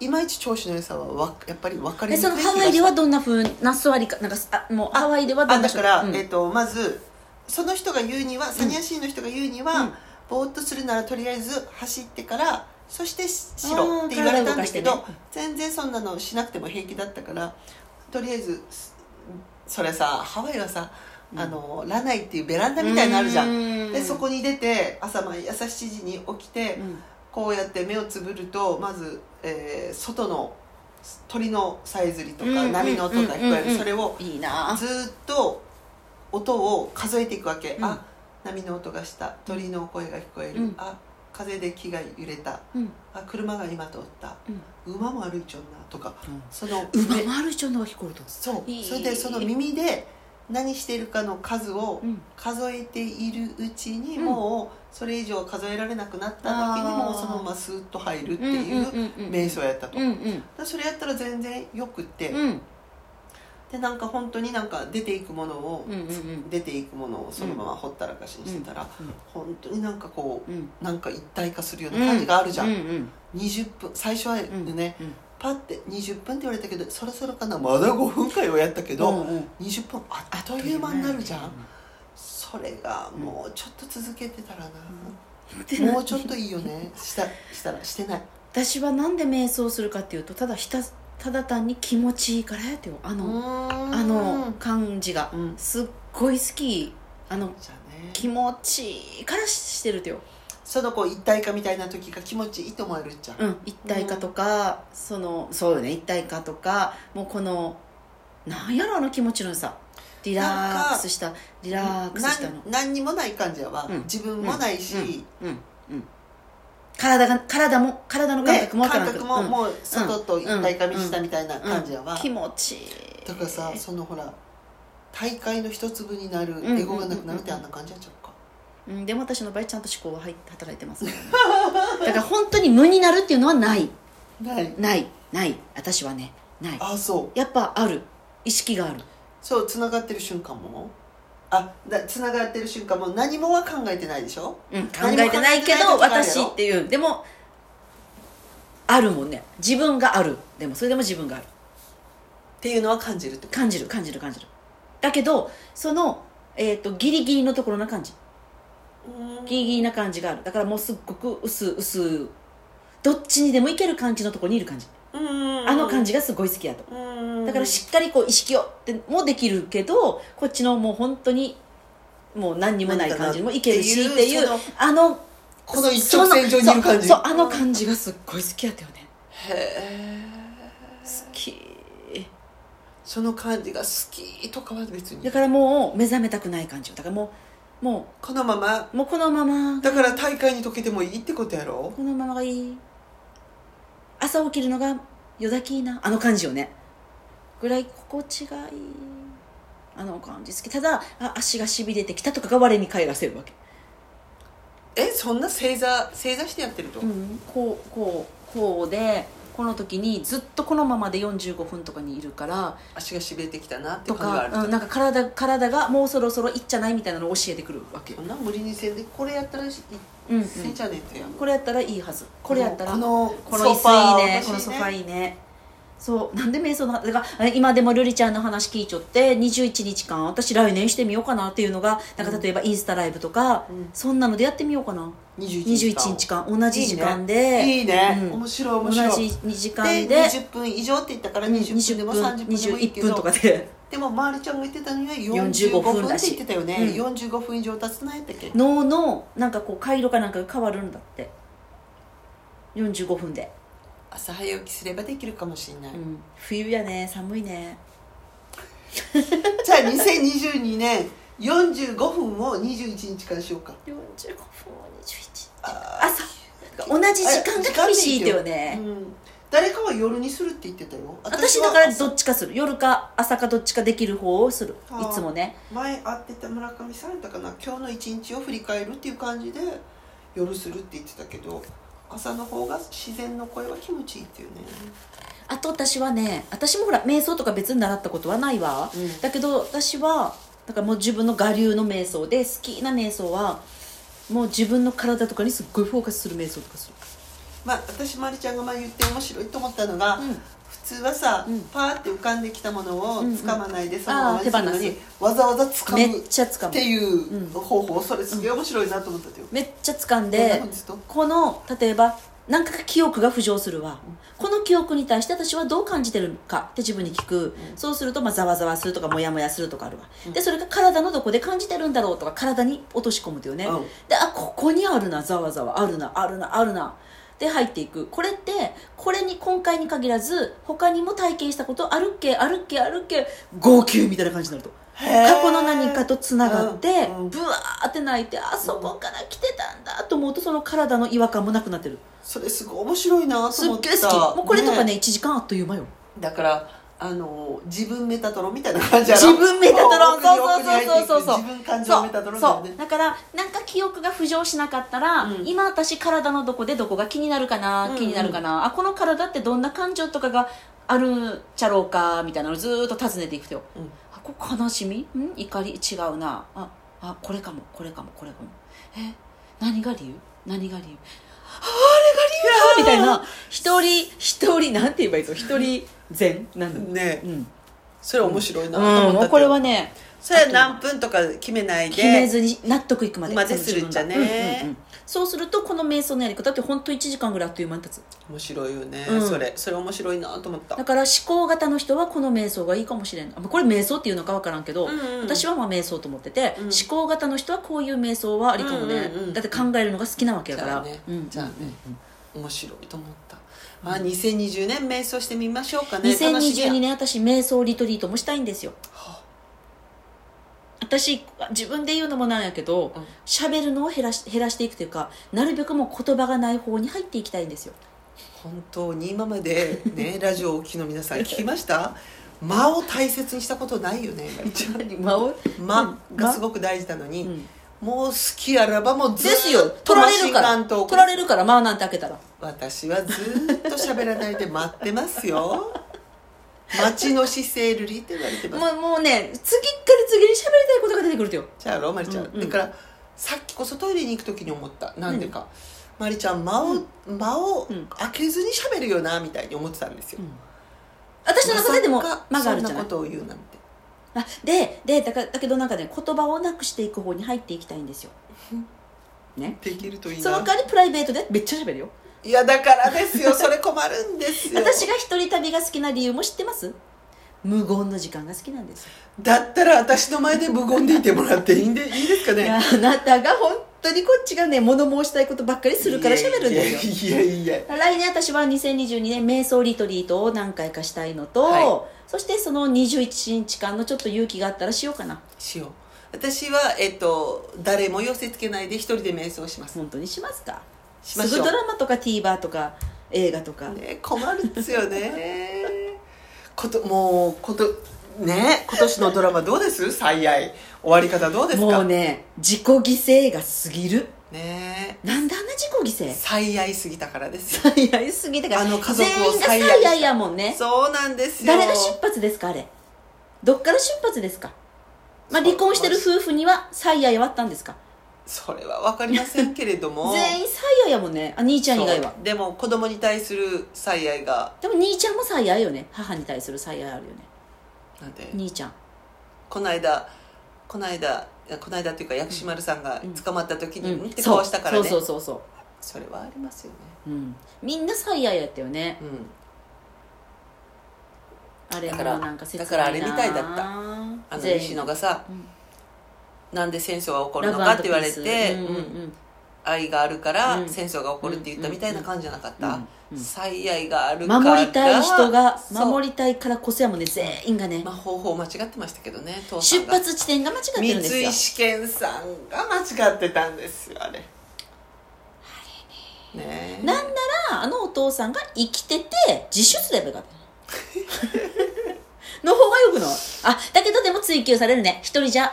いまいち調子の良さはわやっぱり分かり
え
にくい
そ
気
の
が
ハワイで
した
はどんなふうな座りかなんかあもうハワイではど
あ
んな
だから、
うん
えっとまずその人が言うにはサニアシーの人が言うには、
うん
ぼーっとするならとりあえず走ってからそしてししろって言われたんだけ
あー体を動
ど、
かしてね
全然そんなのしなくても平気だったからとりあえずそれさハワイはさあのラナイっていうベランダみたいなのあるじゃん
う
でそこに出て朝毎朝7時に起きて、
うん
こうやって目をつぶるとまず、えー外の鳥のさえずりとか、
うん
波の音が聞こえる、
うんうん
それを
いいな
ずーっと音を数えていくわけ、
うん
あ波の音がした鳥の声が聞こえる、
うん
あ風で木が揺れた
うん
あ車が今通った
うん
馬も歩いちょんなとか、
うん
その
馬
で
もある人のが聞こえると
そう
いい
それでその耳で何しているかの数を
うん
数えているうちに、
うん
もうそれ以上数えられなくなった時に
あー
もうそのままスーッと入るって
うんうん
いう
うんうん
瞑想やったと、
うんうん
だからそれやったら全然よくって、
うん
でなんか本当になんか出ていくものを、
うんうんうん
出ていくものをそのままほったらかしにしてたら、本当になんかこう、
うん
なんか一体化するような感じがあるじゃん、
うんうん
20分最初はね、
うんうん
パッて20分って言われたけどそろそろかなまだ5分かよやったけど、
うんうん
20分あっという間になるじゃん、それがもうちょっと続けてたらな、もうちょっといいよねしたしたらしてない
私はなんで瞑想するかっていうとただひたただ単に気持ちいいからやってよあの、あ
あ
の感じが、
うん
すっごい好きあの
じゃあね
気持ちいいからしてるってよ、
その子一体化みたいな時が気持ちいいと思えるじゃん、
うん、一体化とか、そのそうよね一体化とかもうこのなんやろあの気持ちの良さリラックスしたリラックスしたの
なん何にもない感じやわ、
うん
自分もないし、
うんうん体が体も体の感
ね
覚もわから
感
なく
覚も
うん
もう外と一体化したみたいな感じやわ、
うん気持ちいい
だからさそのほら大会の一粒になる
ん
エゴがなくなるってあんな感じやっちゃうか、
うん、でも私の場合ちゃんと思考は入って働いてます
[laughs]
からねだから本当に無になるっていうのはない
ない
ないない私はねない
あそう
やっぱある意識がある
そうつながってる瞬間もあだつながってる瞬間も何もは考えてないでしょ
うん、考
何も
えてないけど
考えてない時
私
があるよ
っていうでもあるもんね自分があるでもそれでも自分がある
っていうのは感じるってこ
感じる感じる感じるだけどその、えー、とギリギリのところな感じ
とうん
ギリギリな感じがあるだからもうすっごく薄薄どっちにでもいける感じのところにいる感じあの感じがすごい好きやと
うん
だからしっかりこう意識をってもできるけどこっちのもう本当にもう何にもない感じもいけるしっ
何かな
ていう
っていう
あの
この一直線上にいる感じ
そうそうあの感じがすっごい好きやったよね
へ
好き
その感じが好きとかは別に
だからもう目覚めたくない感じよだからもうも
このまま
うもうこのまま
だから大会に溶けてもいいってことやろ
このままがいい朝起きるのが夜だきいいなあの感じよねぐらい心地がいいあの感じ好きただあ足がしびれてきたとかが我に返らせるわけ
えそんな正座正座してやってると、
うん、こうこうこうでこの時にずっとこのままで45分とかにいるから
足がしびれてきたなって
と
感じがあ
か
る、
うん、なんか体体がもうそろそろいっちゃないみたいなのを教えてくるわけ
そんな無理にせんでこれやったらし
うんうん
せんじゃねえとやん
これやったらいいはずこれやったら
この
この
ソ
椅
ファー
子いいね
欲しいね
このソファーいいねそうなんで瞑想のだからえ今でも瑠璃ちゃんの話聞いちょって21日間私来年してみようかなっていうのがなんか例えばインスタライブとか、
うん
そんなのでやってみようかな
21
21
日間
日間同じ時間で
いいね、
うん
面白い
同
面
じ
白い
2時間で
で20分以上って言ったから20分でも
20
30分でもいいけ
21分と
ど
かで
でもまるちゃんが言ってたのは45
45
分
分
って
ら
言
し
っ
い
てたよね、
うん
45分以上経つなやったっけ
脳のなんかこう回路かなんかが変わるんだって45分で、
朝早起きすればできるかもしれない、
うん、冬やね寒いね
じゃあ2022年45分を21日間しようか
45分21朝同じ時間が厳しいってよね、
うん、誰かは夜にするって言ってたよ
私だからどっちかする夜か朝かどっちかできる方をする
あー
いつもね
前会ってた村上さんやったかな今日の一日を振り返るっていう感じで夜するって言ってたけど朝の方が自然の声は気持ちいいっていうね
あと私はね私もほら瞑想とか別に習ったことはないわ、
うん
だけど私はだからもう自分の我流の瞑想で好きな瞑想はもう自分の体とかにすっごいフォーカスする瞑想とかする
まあ私まりちゃんが前言って面白いと思ったのが、
うん
普通はさ、
うん
パーって浮かんできたものを
うんうん
掴まないでそのままにするの
あー手
に
放
わざわざ掴
め
む
っちゃ掴
っ
む
ていう
うん
方法それすげえ面白いなと思ったよ、
めっちゃ掴ん
どんな
で
ふうにすると
この例えば何か記憶が浮上するわこの記憶に対して私はどう感じてるかって自分に聞く、そうするとまあざわざわするとかモヤモヤするとかあるわ、でそれが体のどこで感じてるんだろうとか体に落とし込むとよね、
うん
であここにあるなざわざわあるなあるなあるなで入っていくこれってこれに今回に限らず他にも体験したことあるっけあるっけあるっけ号泣みたいな感じになると
へー
過去の何かとつながって、
うんうん
ぶわーって泣いてあそこから来てたんだと思うとその体の違和感もなくなってる
それすごい面白いなと
すっ
思った
げえ好きもうこれとかね
え
1時間あっという間よ
だからあの自分メタトロみたいな感じやろ
自分メタトロンそうそうそうそうそう
奥に奥に入っていく自分感
そ
情
う
メタトロンだよ
そ
ね
うだからなんか記憶が浮上しなかったら、
うん
今私体のどこでどこが気になるか
うん
な
うん
気になるかな、あこの体ってどんな感情とかがあるんちゃろうかみたいなのをずーっと尋ねていくとよ、
うん
あこれ悲しみん怒り違うなああこれかもこれかもこれかもえ何が理由何が理由ああれが理由だみたいな一人一人なんて言えばいいぞ一人全なんだ
ね
うん、
それ面白いなと思
う
っ
ん、も
たけ
う
ど
これはね
それは何分とか決めないで
決めずに納得いくまで
までするんじゃ
その
ね
自分がうんうんうんそうするとこの瞑想のやり方って本当1時間ぐらいあっという間に経つ
面白いよね、
うん
それそれ面白いなと思った
だから思考型の人はこの瞑想がいいかもしれんあこれ瞑想っていうのか分からんけど、
うんうん
私はまあ瞑想と思ってて、
うん
思考型の人はこういう瞑想はありかもね、
うんうんうん
だって考えるのが好きなわけやから
じゃあね
うん
じゃあね面白いと思った、まあ2020年瞑想してみましょうかね楽しみや
2022年私瞑想リトリートもしたいんですよ
は
私自分で言うのもなんやけど
うん
喋、るのを減らし減らしていくというかなるべくもう言葉がない方に入っていきたいんですよ
本当に今まで
[laughs]
ねラジオをお聞きの皆さん聞きました間を大切にしたことないよねゆかりちゃん
間を
間がすごく大事なのに、
うん
もう好きあらばもうず
です
っ
よ
と
取られるか
マシンガ
ら
ントーク
取られるからまあなんて開けたら
私はずっと喋らないで [laughs] 待ってますよ待ちの姿勢ルリって言われてます
もうもうね次から次に喋りたいことが出てくるとよ
じゃあロマリちゃん、
うんうん
だからさっきこそトイレに行く時に思ったなんでか、マリちゃん間を,、間を
うん
開けずに喋るよなみたいに思ってたんですよ、
私の中ででも
まさか
間があるじゃない
そんなことを言うなんて
あででだからだけどなんかね言葉をなくしていく方に入っていきたいんですよね
できるといい
その
な
代わりプライベートでめっちゃ喋るよ
いやだからですよそれ困るんですよ
私が一人旅が好きな理由も知ってます無言の時間が好きなんですよ
だったら私の前で無言でいてもらっていいんでいいですか
い
ね
やあなたが本当にこっちがね物申したいことばっかりするから喋るんですよ
いやいやいやいや
来年私は2022年瞑想リトリートを何回かしたいのと、
は
そしてその21日間のちょっと勇気があったらしようかな
しよう私は、えっと、誰も寄せつけないで一人で瞑想します
本当にしますか
しましょう
すぐドラマとか TVer とか映画とか、
ね困るんですよねこともうことね今年のドラマどうです最愛終わり方どうですか
もうね自己犠牲が過ぎる
ね
なんであんな自己犠牲
最愛すぎたからですよ
最愛すぎだから
あの家族を
全員が
最
最
愛
愛やもんね
そうなんですよ
誰が出発ですかあれどっから出発ですか、まあ、離婚してる夫婦には最愛はあったんですか
それは分かりませんけれど
[laughs]
も
全員最愛やもんねあ兄ちゃん以外は
そうでも子供に対する最愛が
でも兄ちゃんも最愛よね母に対する最愛あるよね
なんて
兄ちゃん
この間この間いやこの間っていうか薬師丸さんが捕まった時に、うん、って
そ
顔
う
したからね
そうそうそうそ
それはありますよね
う、うん、みんな最愛やったよね
うん
あれも
だから
なんか切ないな
だからあれみたいだったあの
全員
西野がさ、
うん
なんで戦争が起こる
ラ
の
ブ
か
アン
って
ドピ
言われ
ース
て、
うんうんう
うん
ん
愛があるから
うん
戦争が起こるって言ったみたいな感じじゃなかった、
うんうんうん
最愛があるから
守りたい人が
り
守りたいからこそやもんね全員がね
まあ、方法間違ってましたけどね父さん
出
が
発地点が間違ってるんです
三
よ
井試験さんが間違ってたんですよあれあれねねえ
なんならあのお父さんが生きてて自首すればよかったの方がよくないあだけどでも追求されるね一人じゃ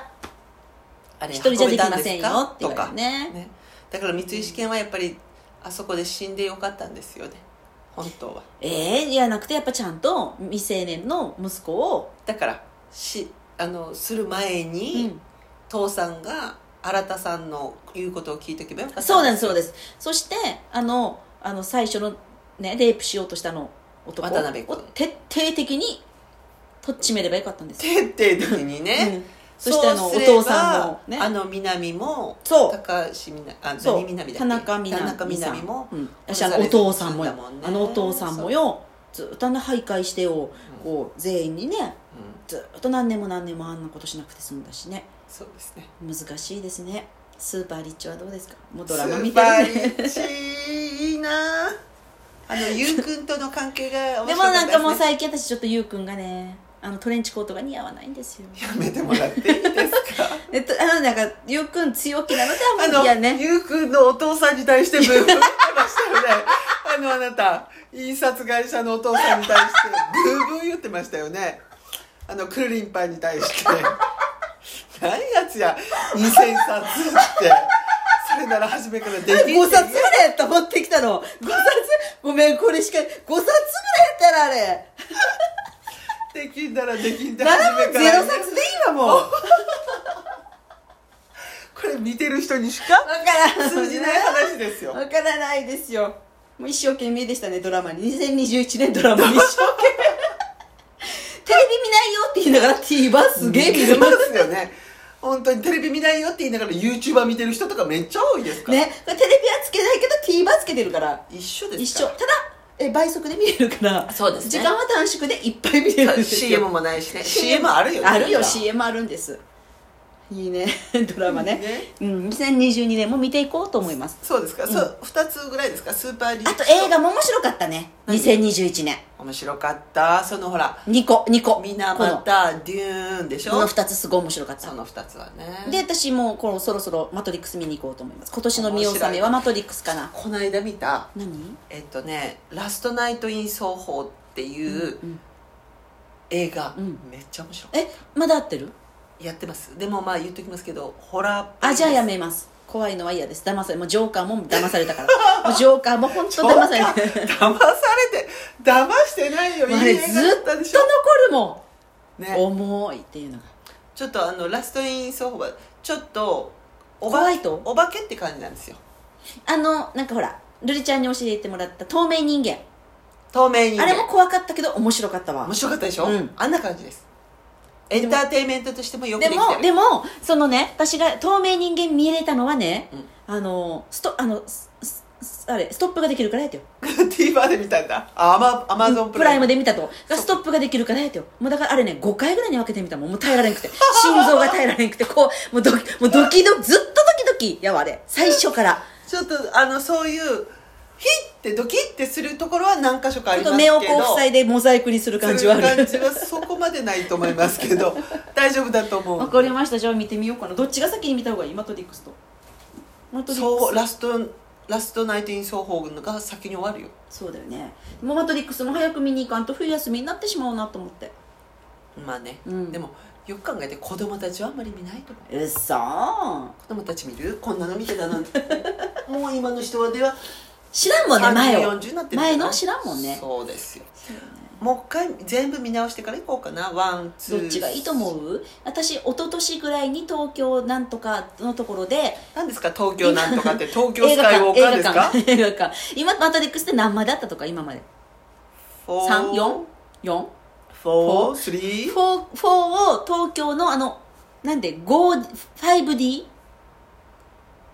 あれ
一人じゃ
運べ
でき
た
ま
です
せん
か
よって言
と
われる
か
ね
ねだから三井試験はやっぱりあそこで死んでよかったんですよね本当は
ええいやなくてやっぱちゃんと未成年の息子を、
だからしあのする前に、父さんが新田さんの言うことを聞いておけばよかった
そうなんですすそうですそしてあのあの最初のねレイプしようとしたあの男を
渡辺君
徹底的にとっちめればよかったんですよ、
徹底的に
う
ね、
んそしてあのお
うすれば
父さんのね
あの南も
そう
高橋みなあ
そ
何
う
みなみだっけ
田中みな
田中みな
さ
み
ん
も、
うん、私あのお父さんもよ
殺されて死んだもんね
あのお父さんもよずっとあんな徘徊してよ
うん
こう全員にね
うん
ずっと何年も何年もあんなことしなくて済んだしね
そうですね
難しいですねスーパーリッチはどうですかもう
ス
ドラマ見
ー
て
パ
る
ー
ね
リッチいいな [laughs] あのゆうくんとの関係が
でも
面白かった
なんかもう
ですね
最近私ちょっとゆうくんがねあのトレンチコートが似合わないんですよ
やめてもらっていいです [laughs] か
えっとあのなんかゆうくん強気なので
あ
あんまりや
の、
ね
ゆうくんのお父さんに対してブーブー言ってましたよねああのあなた印刷会社のお父さんに対してブーブー言ってましたよねあのくるりんぱんに対して [laughs] 「何やつや2000冊」ってそれなら初めからできんって言
5
え
冊ぐらいやった持ってきたの5冊ごめんこれしか5冊ぐらいやったらあれ
できんだらできんだら
7
初め
も
から
0冊でいいわもう
これ見てる人にしか
分からん
通じない話ですよ
分からないですよもう一生懸命でしたねドラマに2021年ドラマに一生懸
[laughs]
命テレビ見ないよって言いながら TVer すげえ見
見
る
[laughs] てますよね本当にテレビ見ないよって言いながら YouTuber 見てる人とかめっちゃ多いですから、
ねテレビはつけないけど TVer つけてるから
一緒で
一
す
緒
か
ただえ倍速で見れるから
そうですね
時間は短縮でいっぱい見れるん
ら
ですよ
CM もないしね CM あるよね
あるよ
今
CM あるんですいいね [laughs] ドラマねうん、2022年も見ていこうと思います
そうですか、そう2つぐらいですかスーパーリー
あと映画も面白かったね
何
2021年
面白かったそのほら
2個2個
「みな
こ
ま
の
たデューン」でし
この
ょ
2つすごい面白かった
その2つはね
で私もうこのそろそろ「マトリックス」見に行こうと思います今年の見納め
面白
はいマトリックスかな
この間見た
何
えっとね「ラストナイト・イン・奏法」っていう
うん
映画、
うん
めっちゃ面白い
えまだ合ってる
やってますでもまあ言っときますけどホラーっぽい
あじゃあやめます怖いのは嫌です騙されもうジョーカーも騙されたからもうジョーカーも本当騙されて
騙されて騙してないよい
もうあ
い
れ
映
ずっ
画だった
と
でし
残
ょ、
るもん
ね、
重いっていうのが
ちょっとあのラストイン奏法はちょっとおば
怖いと
お化けって感じなんですよ
あのなんかほらルリちゃんに教えてもらった透明人間
透明人間
あれも怖かったけど面白かったわ
面白かったでしょ、
うん
あんな感じですエンターテインメントとしてもよくで
で
きてる
もでもそのね私が透明人間見れたのはね、
うん
あのストあのすすすあれストップができるからやってよ
TVer で見たんだあアマアマゾン
プライムで見たとがストップができるからやってよもうだからあれね5回ぐらいに分けてみたもんもう耐えられんく
[laughs]
て心臓が耐えられんくてこうもうドキもうドキドキずっとドキドキやわあれ最初から
ちょっとあのそういうヒッてドキッてするところは何箇所かあ
ちょ
り
っと
ますけど
目をこう塞いでモザイクにする感じはあ
そういう
る
感じはそこまでないと思います
[laughs]
けど大丈夫だと思う
わかりましたじゃあ見てみようかなどっちが先に見た方がいいマトリックスとマトリックス
そうラストラストナイトイン奏法が先に終わるよ
そうだよねもうマトリックスも早く見に行かんと冬休みになってしまうなと思って
まあね、
うん
でもよく考えて子供たちはあんまり見ないと思う
うっそー
子供たち見るこんなの見てたなん
[laughs]
てもう今の人はでは
知らんもんね前を
30 40になってる
前の知らんもんね
そうですよもう一回全部見直してから行こうかなワンツー
どっちがいいと思う私一昨年ぐらいに東京なんとかのところで
何ですか東京なんとかって東京
映
ス
画
カイウォー
館映
カーです
画
か
館 [laughs] 映画館今マトリックスって何まであったとか今まで三四四
4 3
4を東京のあのなんで 5D5D3D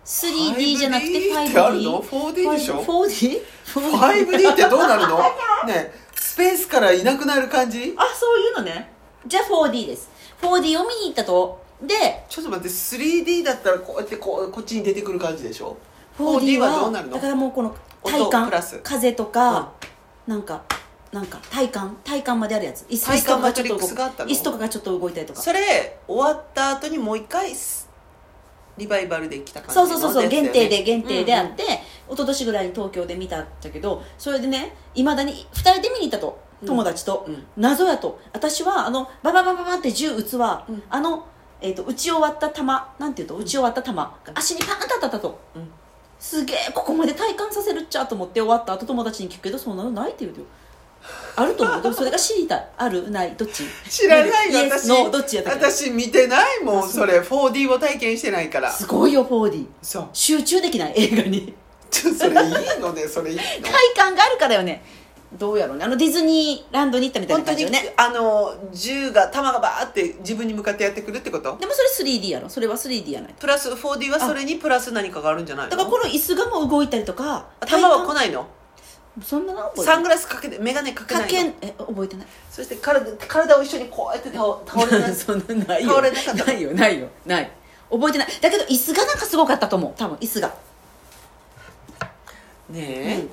じゃなくて
5D ってあるの
5D
4D でしょ
4D?
5D ってどう
[laughs]
なるのねえスペースからいなくなる感じ
あそういうのねじゃあ 4D です 4D を見に行ったとで
ちょっと待って 3D だったらこうやってこうこっちに出てくる感じでしょ
4D は
はどうなるの
だからもうこの
音
体
プラス
感風とか、なんかなんか体感体感まであるやつ椅子
体感
椅子とかがちょっと
マトリックスがあったの
動く椅子とかがちょっと動いたりとか
それ終わった後にもう一回すリバイバルできた感じ
そ
の
うそうそうそう、
ですよね
限定で限定であ
うんう
って、一昨年ぐらいに東京で見たんだけどそれでねいまだに2人で見に行ったと友達と、
うんうん
謎やと私はあのバババババって銃撃つは、
うん
あの、えー、と打ち終わった弾なんていうと打ち終わった弾が足にパーンと当たったと、
うん
すげえここまで体感させるっちゃと思って終わった後友達に聞くけどそんなのないって言うてよあると思うでもそれが知りたいあるないどっち
知らないよ
イエス
私
ノーどっちやったっけ
私見てないも
あ
ん
そ
それ 4D を体験してないから
すごいよ 4D
そう
集中できない映画に
ちょそれいいのねそれいい
[laughs]
の
体感があるからよねどうやろうねあのディズニーランドに行ったみたい
本
な
当
感じ
に
よね
あの銃が弾がバーって自分に向かってやってくるってこと
でもそれ 3D やろそれは 3D やない
プラス 4D はそれにプラス何かがあるんじゃないの
だからこの椅子がもう動いたりとか
頭は来
な
ないの
そんなの覚えて
サン
な
グラスかけて眼鏡かけないい
かけ
の
んえ覚えてない
そして体体を一緒にこうやって倒倒れな
[laughs]
い
そんなのないよ
倒れなかったの
ないよないよない覚えてないだけど椅子がなんかすごかったと思う多分椅子
[laughs]
が
ねえ、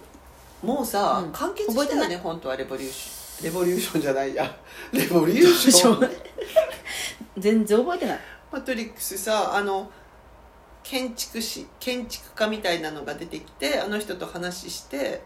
もうさ、
うん
完結した
覚え
よ
て
ね本当はレボリューションレボリューションじゃない [laughs] やレボリューション
[laughs] 全然覚えてない
マトリックスさあの建築士建築家みたいなのが出てきてあの人と話して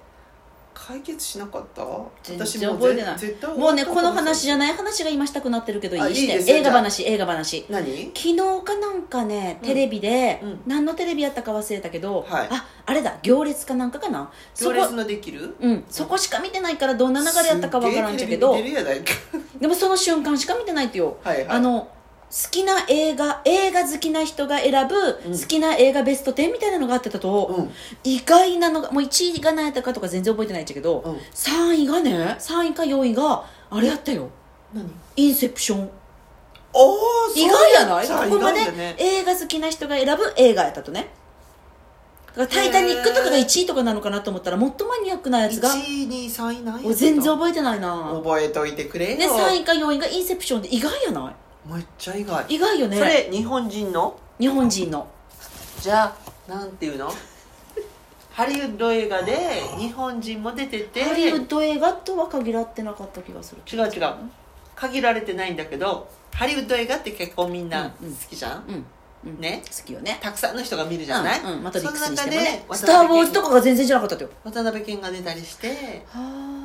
解決しなかった
全然
私もう
覚えてない
絶対
もうねこの話じゃ
い
ない話が今したくなってるけどい
あ
いし
いい
て
ですよ
映画話映画話
何
昨日かなんかねテレビで、
うんうん
何のテレビやったか忘れたけど、
はい
ああれだ行列かなんかかなそ
行
こ
列のできる
うん、そこしか見てないからどんな流れやったかわからんちゃけ
す
ど
っげえテレビ出るやないか
でもその瞬間しか見てないってよ、
はいはい
あの好きな映画映画好きな人が選ぶ
うん
好きな映画ベスト10みたいなのがあってたと、
うん
意外なのがもう1位が何やったかとか全然覚えてないんだけど、
うん
3位がね3位か4位があれやったよ
何
インセプション
おー
意外やない
そうっちゃ
ここまで
意外だね
映画好きな人が選ぶ映画やったとねだから「タイタニック」とかが1位とかなのかなと思ったらもっとマニアックなやつが
1位2位3位何位
お全然覚えてないな
覚えといてくれよ
で3位か4位がインセプションで意外やな
めっちゃ意外
い意外よ
そ
ね
れ日本人の
日本人の
じゃあなんていうのハリウッド映画で
[gasps]
日本人も出てて
ハリウッド映画とは限らってなかった気がする
違う違う限られてないんだけどハリウッド映画って結構みんな好きじゃん、
うん、うん、
ね
好きよね
たくさんの人が見るじゃない、
うんうん、マトリックスにし
そ
て
の
も
中
ね「
で
スター・ウォーズ」とかが全然じゃなかったってよ
渡辺謙が出たりして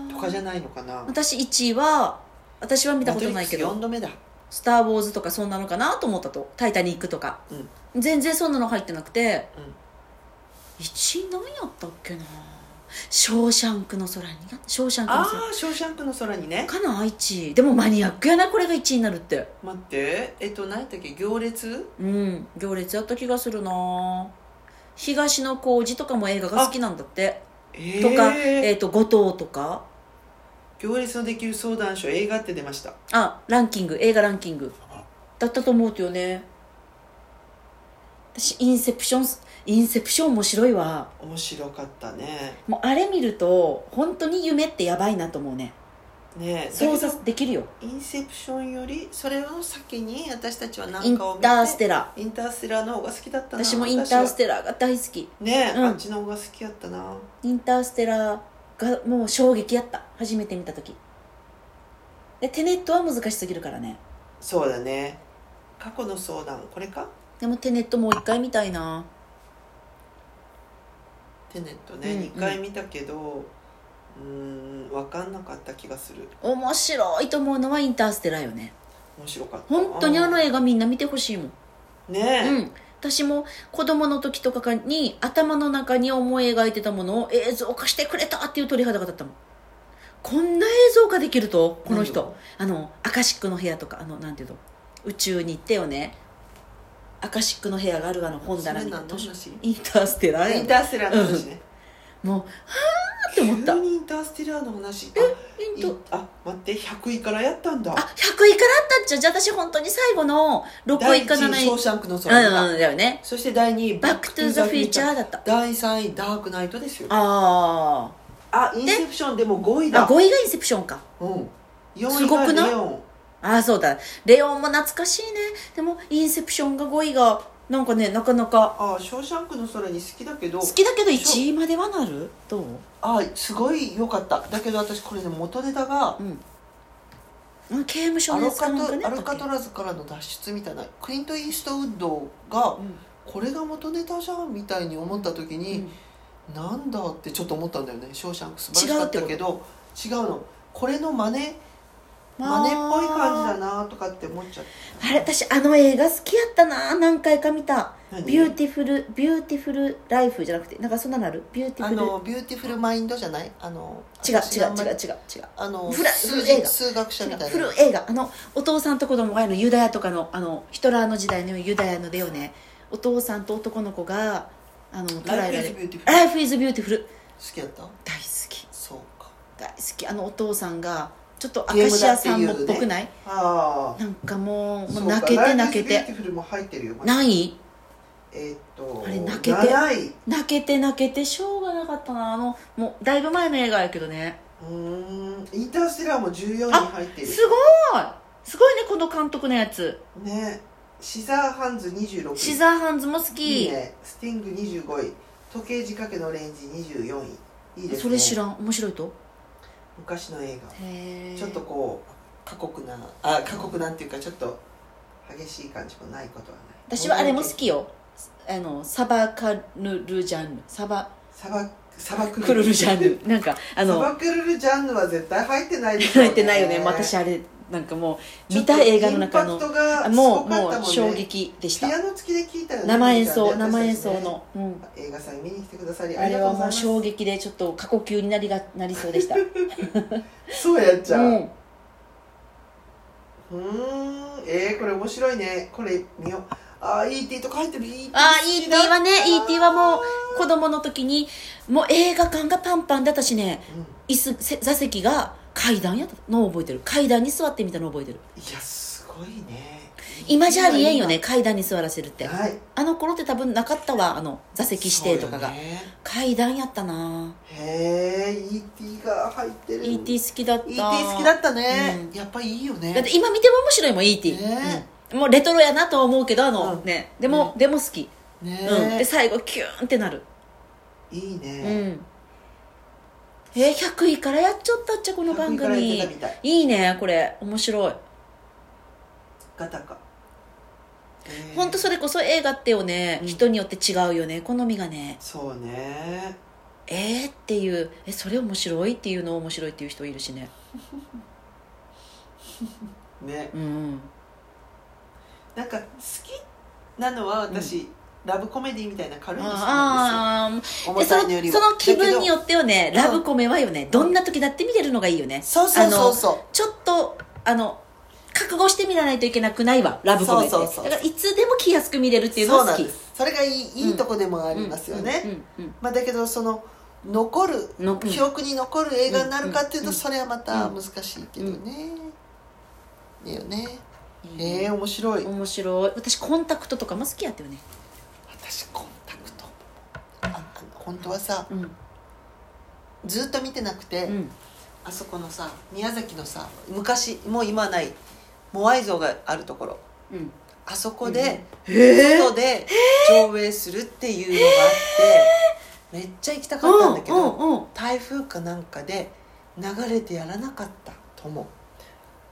とかじゃないのかな
私1位は私は見たことないけど
マトリックス4度目だ
「スター・ウォーズ」とかそんなのかなと思ったと「タイタニック」とか
うん
全然そんなの入ってなくて
うん
1位何やったっけな「ショーシャンクの空に」「ショーシャンクの
あ
空
あ「ショーシャンクの空に」ね
かな1位でもマニアックやなこれが1位になるって
待ってえっと何やったっけ行列
うん行列やった気がするな東野幸治とかも映画が好きなんだって
え
とか、
え
えー、と後藤とか
行列のできる相談所映画って出ました
あランキング映画ランキングだったと思うけどね私インセプションインセプション面白いわ
面白かったね
もうあれ見ると本当に夢ってやばいなと思うね
ねえ
想
だけ
像できるよ
どインセプションよりそれを先に私たちは
イ
何
ン
かを見て
ターステラ
インターステラーの方が好きだっ
ー
たな
私もインタース
テ
テラーが大好き
ねえ、
うん
あっちの方が好きやったな
インターステラーがもう衝撃やった初めて見た時でテネットは難しすぎるからね
そうだね過去の相談これか
でもテネットもう一回見たいな
テネット
うん
ね、
うん
二2回見たけどうーん分かんなかった気がする
面白いと思うのはインターステラーよね
面白かった
本当にあの
ね
映画みんな見てほしいもん
え、
うん、私も子供の時とかに頭の中に思い描いてたものを映像化してくれたっていう鳥肌が立ったもんこんな映像化できるとこの
何
人
を
あのアカシックの部屋とかあのなんていうの宇宙に行ってよねアカシックの部屋があるあの本
それ
棚
何
に
の話
インターステラ
あ
ー
イ
や
ン
ね
ターステラーの話ね、
もうはあって思った
急にインターステラーの話あ
イン
い
ター
あ待って100位からやったんだ
あ100位からあったんちゃうじゃあ私本当に最後の6
第
位
1
か
位
7
「
位
ショーシャンクの
う
空」だ、
んうんだよね
そして第2位「
バック・トゥ・ザ・フューチャー」だった
第3位「ダークナイト」ですよ
あ
あインセプションでも5位
ーあ
だ
5位がインセプションか
うん、4
す
位
ご
が
くない
レオン
ああそうだレオンも懐かしいねでもインセプションが5位がなんかねなかなか
あ「ショーシャンクの空」に好きだけど
好きだけど1位まではなるどう
あすごい良かっただけど私これね元ネタが
うんあ刑務所
ア
のや
ル
つか
カ
なんか
ト
ね
アルカトラズからの脱出みたいなクリント・イーストウッドが
うん
これが元ネタじゃんみたいに思った時
う
に
ん、
なんだってちょっと思ったんだよね「ショーシャンク」素晴らしかったけど違うのこれの真似真似っぽい感じだなとかって思っちゃっ
あれ私あの映画好きやったな何回か見た
何
ビューティフルビューティフルライフじゃなくてなんかそんなのあるビューティ
たあ
フル違う
の「ビューティフル・マインド」じゃないあの私
違
があん
う
ま
違
り
う違う違う
あの
フラ
数
フル映
字
画
数学者みたいな
古い映画あのお父さんと子供があのユダヤとかのあのヒトラーの時代のユダヤのでよねお父さんと男の子があの捕らえられ
Life is Beautiful
ライフイズビューティフル
好きだった
大好き
そうか
大好きあのお父さんがちょっとアカシアさんもっぽくない
ああ
なんかもうも
そううか
泣けて泣けて
ライフイズビューティフルも入ってるよ
ない
えーっと
あれ泣けて
長いう
泣けて泣けてしょうがなかったなあのもうだいぶ前の映画やけどね
ーんインターステラーも14に入ってる
すごいすごいねこの監督のやつ
ねシザーハンズ26位
シザーハンズも好き
いいねスティング25位時計仕掛けのレンジ24位いいですね
それ知らん面白いと
昔の映画
へえ
ちょっとこう過酷なあ過酷なんていうかちょっと激しい感じもないことはない
私はあれも好きよあのサバカルルジャンルサバ
砂漠砂漠
クルルジャン
[laughs]
ヌなんかあ
砂
の
漠ルルジャンヌは絶対入ってないでしょう
入ってないよね私あれなんかもう見た映画の中の
ちょっとインパクトがす
も
ご
う
か
も
ったんね
う衝撃でし
ピア
た
ノ付きで聞いたよね
生演奏
ルル
生演
ジャン
奏
ヌね
の、うん、
私たちね映画祭見に来てくださりあ
あ
り
れ
がとう
は
ござい
もう
ます
衝撃でちょっと過呼吸になりがなりそうでした
そうやっちゃう
う
うんーんえー、これ面白いねこれ見ようあー ET とか入ってる ET
ああ ET はね ET はもう子供の時にもう映画館がパンパンで私ね
うん、
椅
い
子せ座席が階段やったのを覚えてる階段に座ってみたのを覚えてる
やすごいね
今じゃありえんよね
っ
階段に座らせるって
はい
あの頃って多分なかったわあの座席指定とかが、
そうよね
階段やったな
へえ ET が入ってる
ET 好きだった
ET 好きだったね、
う
やっぱいいよね
だって今見ても面白いもん ET、
ね
うんもうレトロやなとは思うけどあの、
うん
ねでも、でも好き、
ね、
うん、で最後キューンってなる
いい
うん
ね、
えー、100位からやっちゃったっちゃこの番
100から
組
やってたみたい
いいねこれ面白い
ガタカね
本当それこそ映画ってよね、
うん
人によって違うよね好みがね
そうね
えー、っていうえそれ面白いっていうの面白いっていう人いるしね
ね
うん
なんか好きなのは私、ラブコメディみたいな軽いの好きなん
あ
で
あ
すよ
で
重
その
たいのよりは
その気分によ
だ
ってはね
だけ
ラ
ど
ブコメはよねどんな時だって見れるのがいいよね
けどそうそうそうそう
ちょっとあの覚悟して見らないといけなくないわラブコメって
そうそうそう
だからいつでも着やすく見れるっていうの
そう
が
な
好
ん
き
ですそれがいいいいとこでもありますよね、
うんうん
まあ、だけどその残る
のうん
記憶に残る映画になるかっていう
う
と
ん
それはまた難しいけどね、いいよねええ面白い
面白い私コンタクトとかも好きやったよね
私コンタクトあ本当はさ
うん
ずっと見てなくて、
うん
あそこのさ宮崎のさ昔もう今はないモアイ像があるところ
うん
あそこで、
え
外で上映するっていうのがあって、めっちゃ行きたかったんだけど、
うんうん
台風かなんかで流れてやらなかったとも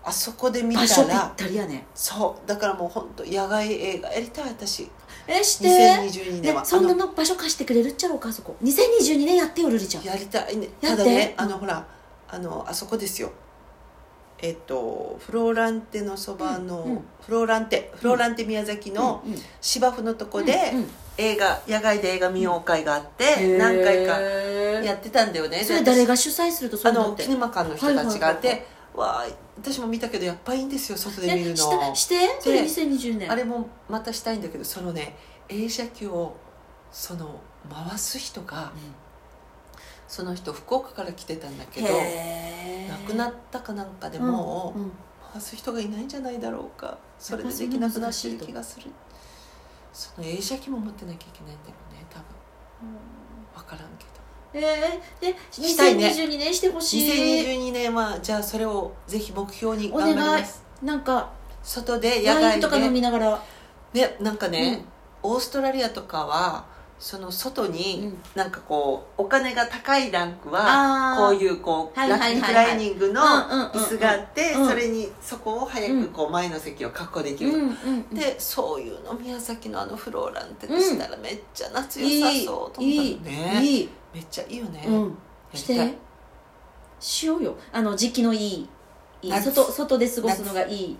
あそこで見た
場所ぴっ
ら
たりやね
そうだからもう本当野外映画やりたい私
えして
2022
ね
年は、
そんなの場所貸してくれるっちゃろうかあそこ2022年やってよルリちゃ
あ
ん
のやりたいね
やって
ただねあのほらあのあそこですよえっとフローランテのそばの、
うんうん
フローランテフローランテ宮崎の
うんうん
芝生のとこで
うんうん
映画野外で映画見よう会があって、
へー
何回かやってたんだよね
それ
で私
誰が主催するとそ
あ
うな
の
って
キネマ館の人たちがあって、
はい
わあ私も見たけどやっぱいいんですよ外で見る
えした
の
してそれ
で
2020年
あれもまたしたいんだけどそのね映写機をその回す人がその人福岡から来てたんだけど亡くな
っ
ったかなんかで
て
もう、
んうん
回す人がいないんじゃないだろうかそれでできなくなってる気がするその映写機も持ってなきゃいけないんだよね多分分からんけど
えーで
したいね
2022年してほしい
2022年はじゃあそれをぜひ目標に頑張ります
なんか
外で野
ワイ
外
ンとか飲
で
みながら
ねなんかね、オーストラリアとかはその外に
うん
なんかこうお金が高いランクは
あ
こう
う
いうこう
はい
ラ
はいは
ッ
い
ク
はい
リクライニングの
うんうんうんうん
椅子があって
うん
それにそこを早くこう前の席を確保でき
うん
る
うんうん
でそういうの宮崎のあのフローランテでしたらめっちゃ夏良さそうと思ったのね
いい
めっちゃいいよね
うん
や
し
りたい
てしようよあの時期のいいいい
夏
外外で過ごすのがいい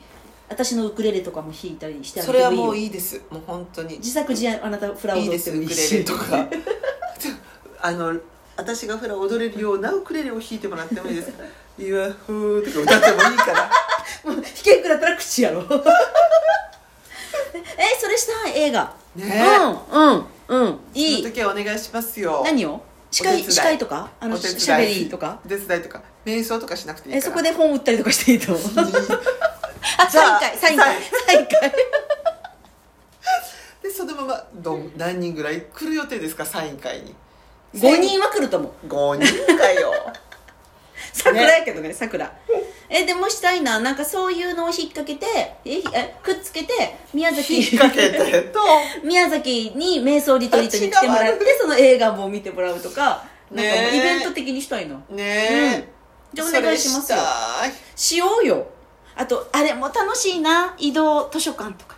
私のウクレレとかも弾いたりしてあげ
そ
て
れ
よ
はもういいですもう本当に
自作自演あなたフラを
いい
踊
で
って
す
も
ウ
いい
ク
し
レレとかあの私がフラ踊れるようなウクレレを弾いてもらってもいいです「イワフー」とか歌ってもいいから
もう弾けんくなったら口
[laughs]
やろえそれしたい映画
ね
うんうんうんい
そ
い
の時はお願いしますよ
何を司
お
会
手伝い
司会とかあの
お手伝い
しゃべりとか
お手伝いとか瞑想とかしなくていい
え
か
そ
ら
こで本売ったりとかしていいとあ
じゃ
サイン
あ
会サイン会サイン会
でそのままどん何人ぐらい来る予定ですかサイン会に
5人は来ると思う
5人
[laughs]
かよ
桜やけどね桜えでもしたいななんかそういうのを引っ掛けてえひえくっつけて宮崎
引っ掛けてと
宮崎に瞑想リトリートに来てもらってその映画も見てもらうとかなんかもう
ねえ
イベント的にしたいの
ねえ、
じゃあお願いしますよ
それしたい
しようよあとあれも楽しいな移動図書館とか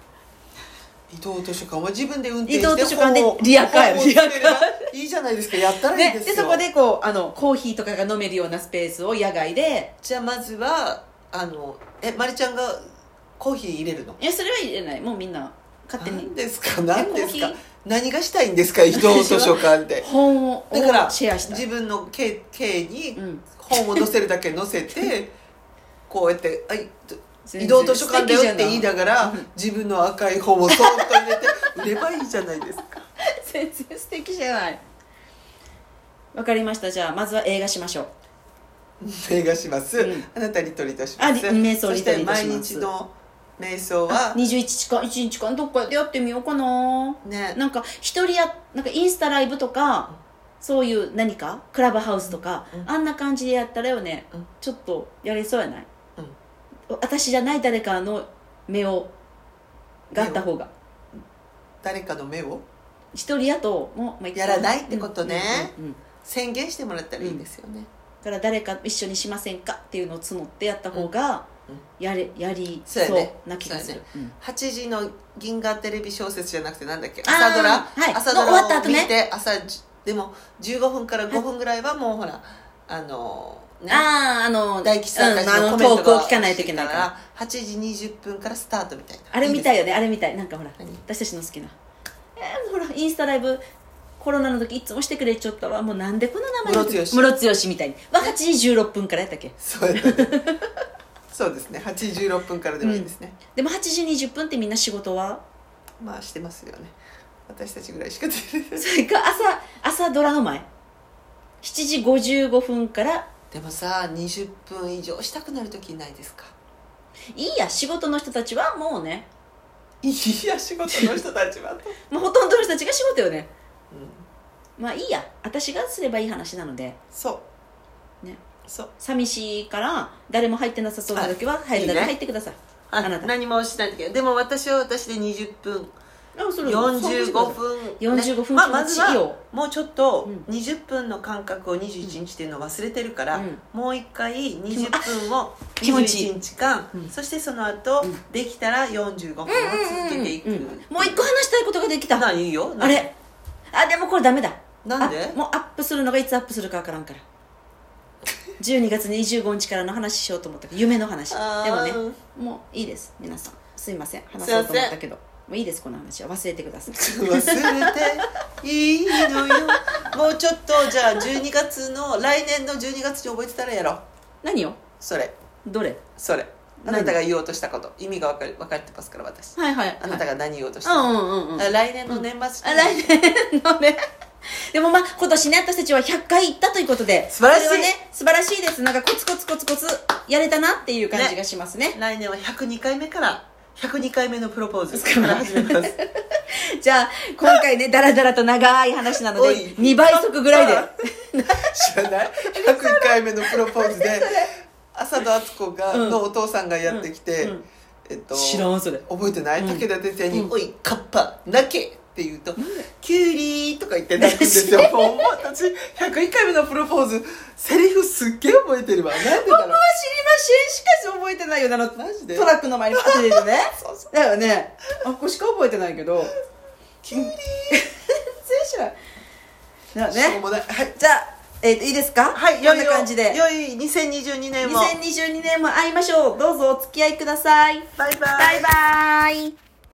伊藤図書館は自分で運転して
伊藤図書館で
本を
リアカー
本を作れば
リアカ
いいじゃないですかやったらいい
ね、
です
で
よ
そこでこうあのコーヒーとかが飲めるようなスペースを野外で
じゃあまずはあのえまりちゃんがコーヒー入れるの
いやそれは入れないもうみんな勝手に
何ですか何です
コー
か
ヒー
何がしたいんですか伊藤図書館で
本を
だから
シェアしたい
自分の軽軽に
うん
本を載せるだけ載せ
[laughs]
てこうやって「はい
全然
移動図書館だよ」って言いながら
素敵じゃない
自分の赤い本をそーっと入れて売ればいいじゃないですか
全然素敵じゃないわかりましたじゃあまずは映画しましょう
映画します、
うん
あなたリトリートします
あリ瞑想
そして
リトリートし
毎
ます
日の瞑想は
21時間1日間どっかでやってみようかな
ね
なんか一人やなんかインスタライブとかそういう何かクラブハウスとか、
うん
あんな感じでやったらよね、
うん
ちょっとやれそうやない、
うん
私じゃない誰かの目をがあった方が
誰かの目を
一人やともう、まあ、一個
やらないってことね
うんうんうんうん
宣言してもらったらいいんですよね、
だから誰か一緒にしませんかっていうのを募ってやった方が
うんうん
やれやりそ
そうやね
うな気がする、うん
8時の銀河テレビ小説じゃなくてなんだっけ
あー
朝ドラ、
はい
朝ド
の終わった
ラを
後
見
ね
て、朝じでも15分から5分ぐらいはもうほらあのね
あああの
大吉さんたち
う
の
あ
コメント
投稿
が
聞かないといけないから
8時20分からスタートみたいな
あれみたい
よ
よねあれみたいなんかほら
何
私たちの好きなえー、ほらインスタライブコロナの時いつもしてくれちゃったわもうなんでこの名前
ムロツヨシ
ムロツヨシみたいには8時16分からやったっけ
そうやったねそうですね8時16分からでもいいですね、
でも8時20分ってみんな仕事は
まあしてますよね私たちぐらいしか出
[laughs]
れない
それか朝朝ドラの前7時55分から
でもさ20分以上したくなる時ないですか
いいや仕事の人たちはもうね
いや仕事の人たちはと、
もうほとんどの人たちが仕事よね
うん、
まあいいや私がすればいい話なので
そう
ね
そう
寂しいから誰も入ってなさそうな時は入るだけ
いいね
入ってください
あ
あなた
何もしないんだけどでも私は私で20分
あそれ
45分、
45分
まあ、まず
気持ちいい
は
よ
もうちょっと
うん
20分の間隔を21日っていうのを忘れてるから、
うん
もう一回20分を
気持ちいい
21日間、
うん
そしてその後、
うん
できたら45分を続けていく、
うんうんもう一個話したいことができた
なあいいよな
あれあでもこれダメだ
なんで
あもうアップするのがいつアップするかわからんから
[laughs]
12月25日からの話しようと思ったけど夢の話
あー
でもねもういいです皆さんすいません話そうと思ったけどもういいですこの話は忘れてく
[laughs]
ださい
忘れていいのよもうちょっとじゃあ12月の来年の12月に覚えてたらやろう
何を
それ
どれ
それあ
何
なたが言おうとしたこと意味が分かる分かってますから私
はいはい
あなたが何言おうとした
う
か、
んうんうんうん
あ来年の年末
あ
に
来年のね [laughs] でもまあ今年ね私たちは100回行ったということで
素晴らしい
それはね素晴らしいですなんかコツコツコツコツやれたなっていう感じがしますね
来年は102回目から102回目のプロポーズ
すご
か
い
ら始めます
[laughs] じゃあ今回ねだらだらと長い話なの
お
で
い
2倍速ぐらいで
知ら [laughs] ない101回目のプロポーズで浅田敦子が、
うん
のお父さんがやってきて、
うんうん
えっと
知らんそれ
覚えてない、
うん
武田鉄矢に「
うん
おいカッパ泣け!」って言うと「キュウリー」とか言って泣くんですよもう私101回目のプロポーズセリフすっげえ覚えてるわなんでだ
[laughs]
ろ
知
う
りませんしかし覚えてないよなの
マジで
トラックの前にパッて出て [laughs] ね
そうそ
だよねあここしか覚えてないけど
キュウリ
全然知らんだよ
ーしょう
ね
もないはい
じゃあ、えーといいですか
はい
こ
良
ん
い
な
よ
感じで
良い2022年も
2022年も会いましょうどうぞお付き合いください
バイバイ
バイバイ